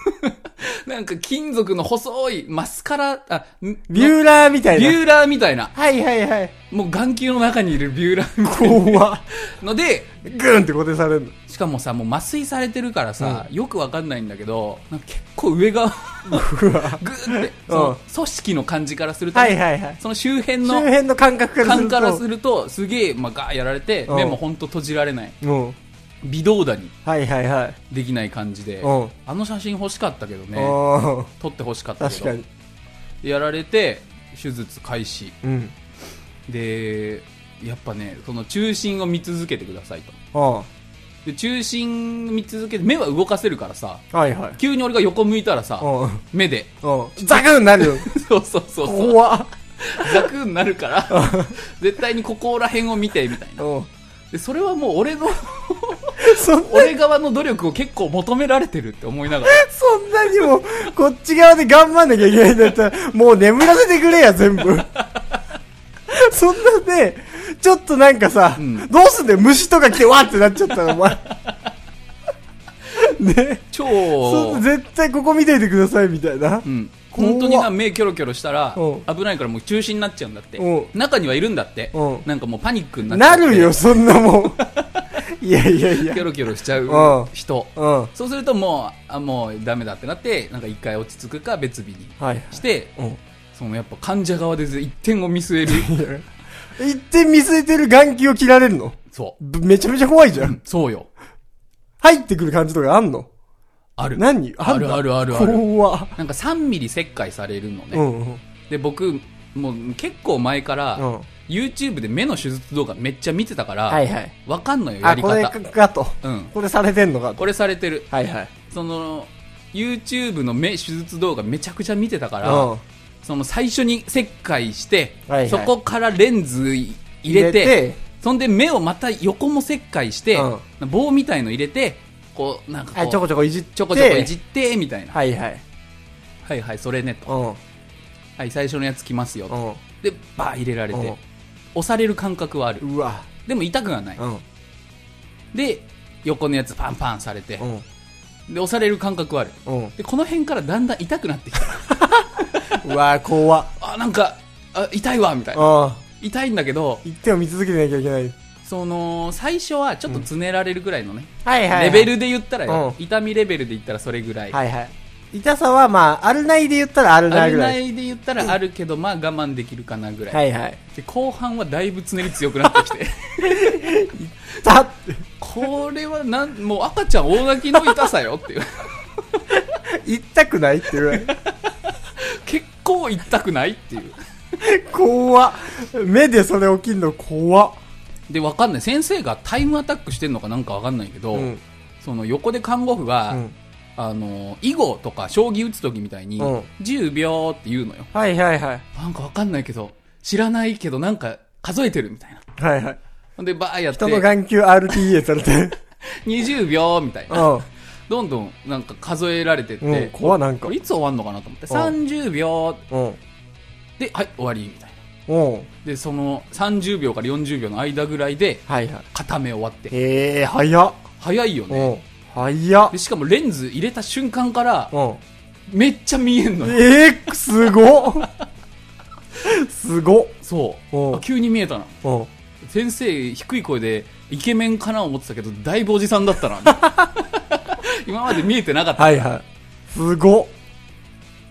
[SPEAKER 1] なんか金属の細いマスカラ、あ、ん
[SPEAKER 2] ビューラーみたい
[SPEAKER 1] ビ
[SPEAKER 2] な。
[SPEAKER 1] ューラーみたいな。
[SPEAKER 2] はいはいはい。
[SPEAKER 1] もう眼球の中にいるビューラーみたい
[SPEAKER 2] 怖っ。
[SPEAKER 1] なので、
[SPEAKER 2] グーンって固定されるの。
[SPEAKER 1] しかもさ、もう麻酔されてるからさ、よくわかんないんだけど、なんか結構上が、
[SPEAKER 2] うわ。
[SPEAKER 1] ぐーって、その組織の感じからすると、
[SPEAKER 2] はいはいはい
[SPEAKER 1] その周辺
[SPEAKER 2] 周
[SPEAKER 1] の
[SPEAKER 2] 辺の感覚からす
[SPEAKER 1] 感
[SPEAKER 2] ると。
[SPEAKER 1] からすると、すげえ、まあ、ガーやられて、
[SPEAKER 2] うん
[SPEAKER 1] 目もほんと閉じられない。
[SPEAKER 2] うん。
[SPEAKER 1] 微動だに
[SPEAKER 2] はいはいはい。
[SPEAKER 1] できない感じで、
[SPEAKER 2] うん
[SPEAKER 1] あの写真欲しかったけどね、
[SPEAKER 2] うん。
[SPEAKER 1] 撮って欲しかったけ
[SPEAKER 2] 確か
[SPEAKER 1] ど
[SPEAKER 2] に、。
[SPEAKER 1] やられて、手術開始。
[SPEAKER 2] うん。
[SPEAKER 1] で、やっぱね、その中心を見続けてくださいと。
[SPEAKER 2] あ
[SPEAKER 1] で、中心見続けて、目は動かせるからさ、
[SPEAKER 2] あ。はいはい。
[SPEAKER 1] 急に俺が横向いたらさ、
[SPEAKER 2] うん。
[SPEAKER 1] 目で、
[SPEAKER 2] うん。ザクーンなるよ。
[SPEAKER 1] そうそうそうそう、
[SPEAKER 2] 怖っ。
[SPEAKER 1] ザクになる から、絶対にここら辺を見て、みたいな。
[SPEAKER 2] うん。
[SPEAKER 1] で、それはもう俺 の、
[SPEAKER 2] そん、
[SPEAKER 1] 俺側の努力を結構求められてるって思いながら。
[SPEAKER 2] そんなにも、こっち側で頑張んなきゃいけないんだったら、もう眠らせてくれや、全 部。そんなね、ちょっとなんかさ、
[SPEAKER 1] うん
[SPEAKER 2] どうすんだよ、虫とか来てわーってなっちゃったら、お 前。ね。
[SPEAKER 1] 超、
[SPEAKER 2] そんな絶対ここ見ていてください、みたいな。
[SPEAKER 1] うん。本当に
[SPEAKER 2] 怖
[SPEAKER 1] な、
[SPEAKER 2] っ
[SPEAKER 1] 目キョロキョロしたら
[SPEAKER 2] う、
[SPEAKER 1] 危ないからもう中止になっちゃうんだって
[SPEAKER 2] う。
[SPEAKER 1] 中にはいるんだって
[SPEAKER 2] うん。
[SPEAKER 1] なんかもうパニックになっちゃ
[SPEAKER 2] な
[SPEAKER 1] って。
[SPEAKER 2] るよ、そんなも ん。いやいやいや
[SPEAKER 1] キ。ョロキョロしちゃ
[SPEAKER 2] う
[SPEAKER 1] うん人。
[SPEAKER 2] うん。はい
[SPEAKER 1] そうするともう、あ、もうダメだってなって、なんか一回落ち着くか別日に
[SPEAKER 2] はい。
[SPEAKER 1] して、
[SPEAKER 2] うん。
[SPEAKER 1] そのやっぱ患者側で一点を見据える。
[SPEAKER 2] 一点見据えてる眼球を切られるの
[SPEAKER 1] そ
[SPEAKER 2] ぶめちゃめちゃ怖いじゃん。
[SPEAKER 1] う。そうよ。
[SPEAKER 2] 入ってくる感じとかあんの
[SPEAKER 1] ある。
[SPEAKER 2] 何あん
[SPEAKER 1] ある
[SPEAKER 2] だ
[SPEAKER 1] あるあるある
[SPEAKER 2] 怖っ
[SPEAKER 1] なんか3ミリ切開されるのね。
[SPEAKER 2] うんうん。
[SPEAKER 1] で、僕、もう結構前から、
[SPEAKER 2] うん
[SPEAKER 1] YouTube で目の手術動画めっちゃ見てたから、
[SPEAKER 2] はいはい。
[SPEAKER 1] わかんのよ、や
[SPEAKER 2] あ、
[SPEAKER 1] り
[SPEAKER 2] これ
[SPEAKER 1] 方。
[SPEAKER 2] かと。
[SPEAKER 1] うん。
[SPEAKER 2] これされてんのかと。
[SPEAKER 1] これされてる。
[SPEAKER 2] はいはい。
[SPEAKER 1] その、YouTube の目手術動画めちゃくちゃ見てたから、
[SPEAKER 2] うん。
[SPEAKER 1] その最初に切開して、
[SPEAKER 2] はいはい
[SPEAKER 1] そこからレンズ入れて、、そんで目をまた横も切開して、
[SPEAKER 2] う
[SPEAKER 1] 棒みたいの入れて、こう、なんかこ
[SPEAKER 2] は
[SPEAKER 1] う、
[SPEAKER 2] い、ちょこちょこいじって。
[SPEAKER 1] ちょこちょこいじって、みたいな。
[SPEAKER 2] はいはい。
[SPEAKER 1] はいはい、それねと。
[SPEAKER 2] うん。
[SPEAKER 1] はい、最初のやつ来ますよと。
[SPEAKER 2] う
[SPEAKER 1] で、バー入れられて
[SPEAKER 2] ん。、
[SPEAKER 1] 押される感覚はある。
[SPEAKER 2] うん。うわ。
[SPEAKER 1] でも痛くはない。
[SPEAKER 2] うん。
[SPEAKER 1] で、横のやつパンパンされて
[SPEAKER 2] う、ん。
[SPEAKER 1] で、押される感覚はある。
[SPEAKER 2] うん。
[SPEAKER 1] で、この辺からだんだん痛くなってきた。
[SPEAKER 2] うわ、怖っ。
[SPEAKER 1] あ、なんか、あ痛いわ、みたいな。
[SPEAKER 2] う
[SPEAKER 1] 痛いんだけど、
[SPEAKER 2] ん。一点を見続けてなきゃいけない。
[SPEAKER 1] その、最初はちょっとつねられるぐらいのね、
[SPEAKER 2] はい
[SPEAKER 1] レベルで言ったらよ、
[SPEAKER 2] う
[SPEAKER 1] 痛みレベルで言ったらそれぐらい。
[SPEAKER 2] はいはい。痛さはまあ、あるないで言ったらある
[SPEAKER 1] あ
[SPEAKER 2] ない
[SPEAKER 1] る
[SPEAKER 2] ぐら。
[SPEAKER 1] ないいで言ったらあるけど、まあ我慢できるかなぐらい。
[SPEAKER 2] はいはい。
[SPEAKER 1] で後半はだいぶつねり強くなってき て、
[SPEAKER 2] だって、
[SPEAKER 1] これはなん、もう赤ちゃん大泣きの痛さよっていう。
[SPEAKER 2] 痛くないってぐらい。
[SPEAKER 1] 結構痛くないっていう。
[SPEAKER 2] 怖っ。目でそれ起きんの怖っ。
[SPEAKER 1] で、わかんない。先生がタイムアタックしてんのかなんかわかんないけど、
[SPEAKER 2] うん。
[SPEAKER 1] その横で看護婦が、
[SPEAKER 2] うん
[SPEAKER 1] あの、囲碁とか将棋打つ時みたいに、
[SPEAKER 2] うん
[SPEAKER 1] 10秒って言うのよ。
[SPEAKER 2] はいはいはい。
[SPEAKER 1] なんかわかんないけど、知らないけどなんか数えてるみたいな。
[SPEAKER 2] はいはい。
[SPEAKER 1] ほんで、バーやって
[SPEAKER 2] 人、の眼球 RTA され て。
[SPEAKER 1] 20秒みたいうな。どんどんなんか数えられてっ
[SPEAKER 2] ん。う
[SPEAKER 1] て
[SPEAKER 2] ん。、怖っなんか
[SPEAKER 1] これ。いつ終わんのかなと思って、
[SPEAKER 2] うん
[SPEAKER 1] 30秒
[SPEAKER 2] うん。
[SPEAKER 1] で、はい、終わりみたいな。
[SPEAKER 2] うん。
[SPEAKER 1] で、その30秒から40秒の間ぐらいで、
[SPEAKER 2] はいはい。
[SPEAKER 1] 固め終わって。
[SPEAKER 2] へえ、早っ。
[SPEAKER 1] 早いよ
[SPEAKER 2] う
[SPEAKER 1] ね。
[SPEAKER 2] ん。早っ
[SPEAKER 1] で、。しかもレンズ入れた瞬間から、
[SPEAKER 2] うん。
[SPEAKER 1] めっちゃ見えんのよ。
[SPEAKER 2] ええ、すごっ。すごっ。
[SPEAKER 1] そう。
[SPEAKER 2] おう
[SPEAKER 1] あ急に見えたな。
[SPEAKER 2] うん。
[SPEAKER 1] 先生、低い声で、イケメンかな思ってたけど、だいぶおじさんだったな。 今まで見えてなかった。
[SPEAKER 2] はいはい。すごっ。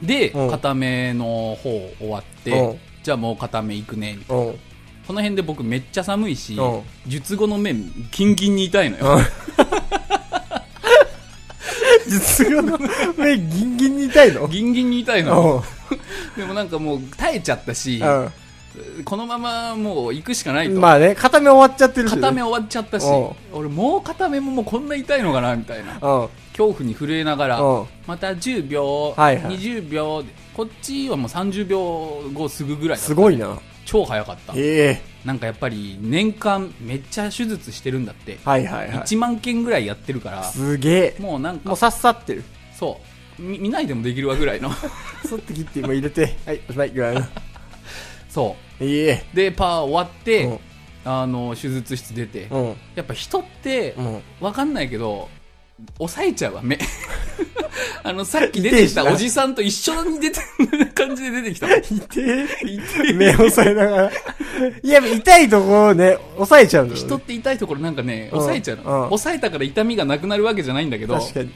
[SPEAKER 1] で、
[SPEAKER 2] うん
[SPEAKER 1] 片目の方終わって、
[SPEAKER 2] うん
[SPEAKER 1] じゃあもう片目行くね。
[SPEAKER 2] うん。うん。
[SPEAKER 1] この辺で僕めっちゃ寒いし
[SPEAKER 2] うん、
[SPEAKER 1] 術後の面、キンキンに痛いのよ。
[SPEAKER 2] 実用の目ギンギンに痛いの
[SPEAKER 1] ギンギンに痛いのよ。
[SPEAKER 2] うん。
[SPEAKER 1] でもなんかもう耐えちゃったし、
[SPEAKER 2] う
[SPEAKER 1] このままもう行くしかない
[SPEAKER 2] ん。
[SPEAKER 1] と。
[SPEAKER 2] まあね、片目終わっち ゃってるしね。
[SPEAKER 1] 片目
[SPEAKER 2] うん。
[SPEAKER 1] 終わっちゃったし
[SPEAKER 2] うん、
[SPEAKER 1] 俺もう片目ももうこんな痛いのかな、みたいな。
[SPEAKER 2] うん。
[SPEAKER 1] 恐怖に震えながら、
[SPEAKER 2] は
[SPEAKER 1] また10秒、
[SPEAKER 2] はいはい
[SPEAKER 1] 20秒、こっちはもう30秒後すぐぐらいだった
[SPEAKER 2] すごいな。
[SPEAKER 1] 超早かった。
[SPEAKER 2] ええ。
[SPEAKER 1] なんかやっぱり年間めっちゃ手術してるんだって。
[SPEAKER 2] はいはいはい。
[SPEAKER 1] 1万件ぐらいやってるから、
[SPEAKER 2] すげえ。
[SPEAKER 1] もうなんか、
[SPEAKER 2] もうさっさってる。
[SPEAKER 1] そう、み見ないでもできるわぐらい の。
[SPEAKER 2] そって切って、もう入れて。はい、おしまい。ぐらいの。
[SPEAKER 1] そ
[SPEAKER 2] ええ。
[SPEAKER 1] う。で、パー終わって、
[SPEAKER 2] うん
[SPEAKER 1] あの、手術室出て、
[SPEAKER 2] うん。
[SPEAKER 1] やっぱ人って
[SPEAKER 2] う、ん。
[SPEAKER 1] わかんないけど、抑えちゃうわ、目。 あの、さっき出てきたおじさんと一緒に出て、感じで出て きたもん。
[SPEAKER 2] 痛え。目を押さえながら。いや、痛いところをね、押さえちゃうんだよね
[SPEAKER 1] 人って痛いところなんかね、
[SPEAKER 2] うん
[SPEAKER 1] 抑えちゃうの。
[SPEAKER 2] うん
[SPEAKER 1] 抑えたから痛みがなくなるわけじゃないんだけど、
[SPEAKER 2] 確かに。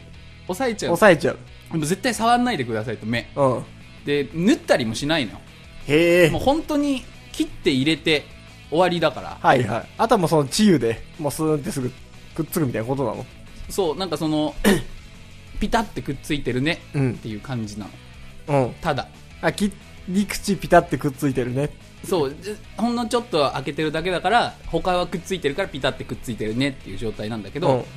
[SPEAKER 1] 抑えちゃう。
[SPEAKER 2] 押さえちゃう。
[SPEAKER 1] でも絶対触んないでくださいと、目。
[SPEAKER 2] うん。
[SPEAKER 1] で、縫ったりもしないの。
[SPEAKER 2] へえ
[SPEAKER 1] もう。本当に切って入れて終わりだから。
[SPEAKER 2] はいはい。あとはもうその治癒で、もうスーンってすぐくっつくみたいなことなの。
[SPEAKER 1] そう、なんかそ の、ピタってくっついてるね
[SPEAKER 2] うん
[SPEAKER 1] っていう感じなの。
[SPEAKER 2] うん。
[SPEAKER 1] ただ。
[SPEAKER 2] あ、切り口ピタってくっついてるね。
[SPEAKER 1] そう、じほんのちょっと開けてるだけだから、他はくっついてるからピタってくっついてるねっていう状態なんだけど、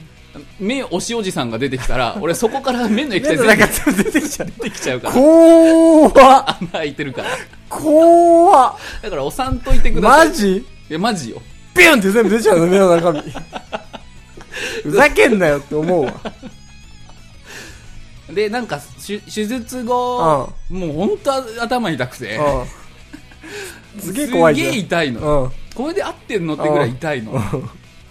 [SPEAKER 1] 目押しおじさんが出てきたら、俺そこから目の液体
[SPEAKER 2] 目の
[SPEAKER 1] 全部
[SPEAKER 2] 中から出てきちゃう。
[SPEAKER 1] 出てきちゃうから。
[SPEAKER 2] こーわ
[SPEAKER 1] 穴開いてるから。
[SPEAKER 2] こーわ
[SPEAKER 1] だから押さんといてください。
[SPEAKER 2] マジ
[SPEAKER 1] いや、マジよ。
[SPEAKER 2] ビュンって全部出ちゃうの、目の中身。ふざけんなよって思うわ。
[SPEAKER 1] で、なんか、手手術後、もう本当頭痛くて、
[SPEAKER 2] うん。すげえ怖い
[SPEAKER 1] す
[SPEAKER 2] じ
[SPEAKER 1] げ
[SPEAKER 2] ゃ
[SPEAKER 1] え痛いの。
[SPEAKER 2] ん。うん。
[SPEAKER 1] これで合ってんのってぐらい痛いの。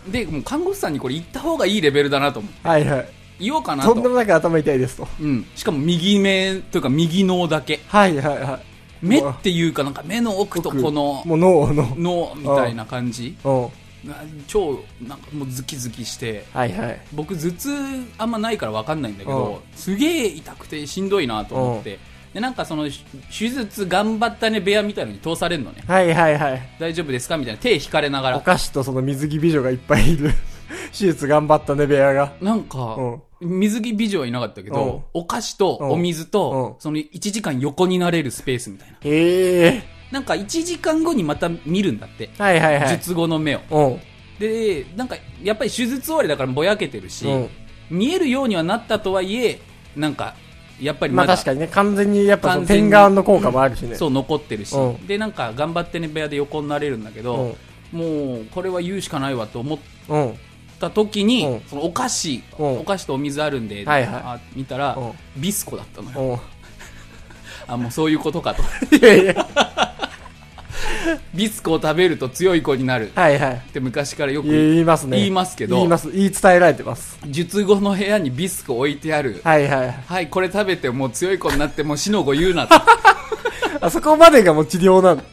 [SPEAKER 1] で、もう看護師さんにこれ言った方がいいレベルだなと思って。
[SPEAKER 2] はいはい。
[SPEAKER 1] 言おうかな
[SPEAKER 2] とんで
[SPEAKER 1] と。
[SPEAKER 2] もなく頭痛いですと。
[SPEAKER 1] うん。しかも右目というか右脳だけ。
[SPEAKER 2] はいはいはい。
[SPEAKER 1] 目っていうかなんか目の奥とこの
[SPEAKER 2] もう脳の。
[SPEAKER 1] 脳みたいな感じ。
[SPEAKER 2] うん。
[SPEAKER 1] な超なんかもうズキズキして。
[SPEAKER 2] はいはい。
[SPEAKER 1] 僕頭痛あんまないから分かんないんだけ
[SPEAKER 2] うん
[SPEAKER 1] ど、すげえ痛くてしんどいなと思って。で、なんかその、し手術頑張ったね部屋みたいのに通されるのね。
[SPEAKER 2] はいはいはい。
[SPEAKER 1] 大丈夫ですかみたいな。手引かれなが
[SPEAKER 2] お
[SPEAKER 1] ら。
[SPEAKER 2] 菓子とその水着美女がいっぱいいる。手術頑張ったね、ベアが。
[SPEAKER 1] なんか、
[SPEAKER 2] うん。
[SPEAKER 1] 水着美女はいなかったけど、お菓子と
[SPEAKER 2] うん
[SPEAKER 1] お水と
[SPEAKER 2] う、ん
[SPEAKER 1] その1時間横になれるスペースみたいな。
[SPEAKER 2] へえ。
[SPEAKER 1] なんか1時間後にまた見るんだって。
[SPEAKER 2] はいはいはい。
[SPEAKER 1] 術後の目を。
[SPEAKER 2] うん。
[SPEAKER 1] で、なんか、やっぱり手術終わりだからぼやけてるし、
[SPEAKER 2] うん
[SPEAKER 1] 見えるようにはなったとはいえ、なんか、やっぱりま
[SPEAKER 2] まあ
[SPEAKER 1] だ、
[SPEAKER 2] 確かにね、完全にやっぱその
[SPEAKER 1] 完全に
[SPEAKER 2] 点眼の効果もあるしね。
[SPEAKER 1] そう残ってるし、
[SPEAKER 2] うん
[SPEAKER 1] で、なんか、頑張ってね部屋で横になれるんだけど、もう、これは言うしかないわと思っ
[SPEAKER 2] うん。うん。
[SPEAKER 1] た時に、
[SPEAKER 2] うん
[SPEAKER 1] そのお菓子、
[SPEAKER 2] うん
[SPEAKER 1] お菓子とお水あるんで、
[SPEAKER 2] はいはい
[SPEAKER 1] あ見たら、
[SPEAKER 2] う
[SPEAKER 1] ビスコだったのよ。
[SPEAKER 2] うん。
[SPEAKER 1] あ、もうそういうことかと。
[SPEAKER 2] いやいや。
[SPEAKER 1] ビスコを食べると強い子になるっ
[SPEAKER 2] はいはい。
[SPEAKER 1] て昔からよく
[SPEAKER 2] 言いますね。
[SPEAKER 1] 言いますけど
[SPEAKER 2] 言います。言い伝えられてます。
[SPEAKER 1] 術後の部屋にビスコ置いてある。
[SPEAKER 2] はいはい。
[SPEAKER 1] はい、これ食べてもう強い子になってもう死の子言うなと。
[SPEAKER 2] あそこまでがもう治療なの。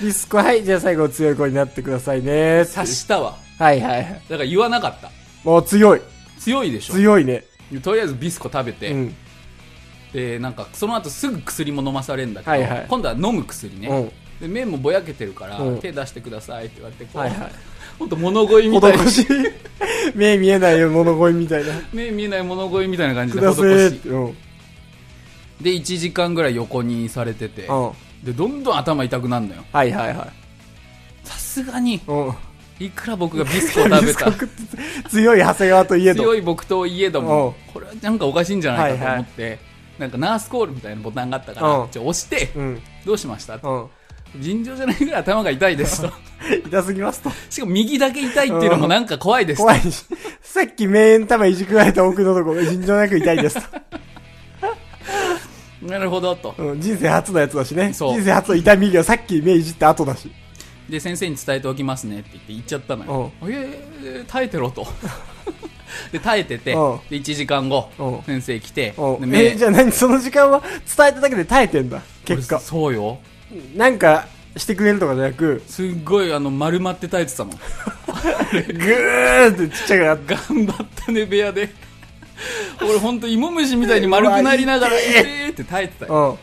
[SPEAKER 2] リスコ、はい、じゃあ最後強い子になってくださいね。
[SPEAKER 1] 察したわ。
[SPEAKER 2] はいはいはい。
[SPEAKER 1] だから言わなかった。
[SPEAKER 2] もう強い。
[SPEAKER 1] 強いでしょ。
[SPEAKER 2] 強いね。
[SPEAKER 1] とりあえずビスコ食べて、
[SPEAKER 2] うん。
[SPEAKER 1] で、なんかその後すぐ薬も飲まされるんだけど、
[SPEAKER 2] はいはい
[SPEAKER 1] 今度は飲む薬ね。
[SPEAKER 2] うん。
[SPEAKER 1] で、目もぼやけてるから、
[SPEAKER 2] うん
[SPEAKER 1] 手出してくださいって言われて、こう、
[SPEAKER 2] はいはい。
[SPEAKER 1] ほんと物乞いみたいな
[SPEAKER 2] 施、し。 目見えないよ、物乞いみ たいな。
[SPEAKER 1] 目見えない物乞いみたいな感じ
[SPEAKER 2] く
[SPEAKER 1] で
[SPEAKER 2] だせ
[SPEAKER 1] 施
[SPEAKER 2] ーっ。
[SPEAKER 1] して
[SPEAKER 2] うん。
[SPEAKER 1] で、1時間ぐらい横にされてて、
[SPEAKER 2] うん。
[SPEAKER 1] で、どんどん頭痛くなるのよ。
[SPEAKER 2] はいはいはい。
[SPEAKER 1] さすがに、
[SPEAKER 2] うん。
[SPEAKER 1] いくら僕がビスコを食べた、
[SPEAKER 2] 強い長谷川といえど。
[SPEAKER 1] 強い僕といえども
[SPEAKER 2] う、
[SPEAKER 1] これはなんかおかしいんじゃないかと
[SPEAKER 2] は
[SPEAKER 1] 思
[SPEAKER 2] いは
[SPEAKER 1] っ
[SPEAKER 2] い
[SPEAKER 1] て、なんかナースコールみたいなボタンがあったから、
[SPEAKER 2] うん
[SPEAKER 1] じゃあ押して、
[SPEAKER 2] うん。
[SPEAKER 1] どうしました
[SPEAKER 2] うん。
[SPEAKER 1] 尋常じゃないぐらい頭が痛いですと。
[SPEAKER 2] 痛すぎますと。
[SPEAKER 1] しかも右だけ痛いっていうのもなんか怖いですと。
[SPEAKER 2] 怖いし。 さっき名演玉いじくられた奥のとこが尋常なく痛いですと。
[SPEAKER 1] なるほどと。
[SPEAKER 2] うん、人生初のやつだしね。
[SPEAKER 1] そう
[SPEAKER 2] 人生初の痛みがさっき目いじった後だし。
[SPEAKER 1] で、先生に伝えておきますねって言って言っちゃったのよ。えー、耐えてろと。で、耐えてて、で、
[SPEAKER 2] うん
[SPEAKER 1] 1時間後
[SPEAKER 2] うん、
[SPEAKER 1] 先生来て、
[SPEAKER 2] う
[SPEAKER 1] で
[SPEAKER 2] ん。え、じゃあ何その時間は伝えただけで耐えてんだ。結
[SPEAKER 1] 俺
[SPEAKER 2] 果。
[SPEAKER 1] そうよ。
[SPEAKER 2] なんかしてくれるとかじゃな く、
[SPEAKER 1] すっごいあの丸まって耐 えてたもん。
[SPEAKER 2] ぐーってちっちゃくなって。
[SPEAKER 1] 頑張ったね部屋で 俺ほんと芋虫みたいに丸くなりながら、えーって耐えてたよ。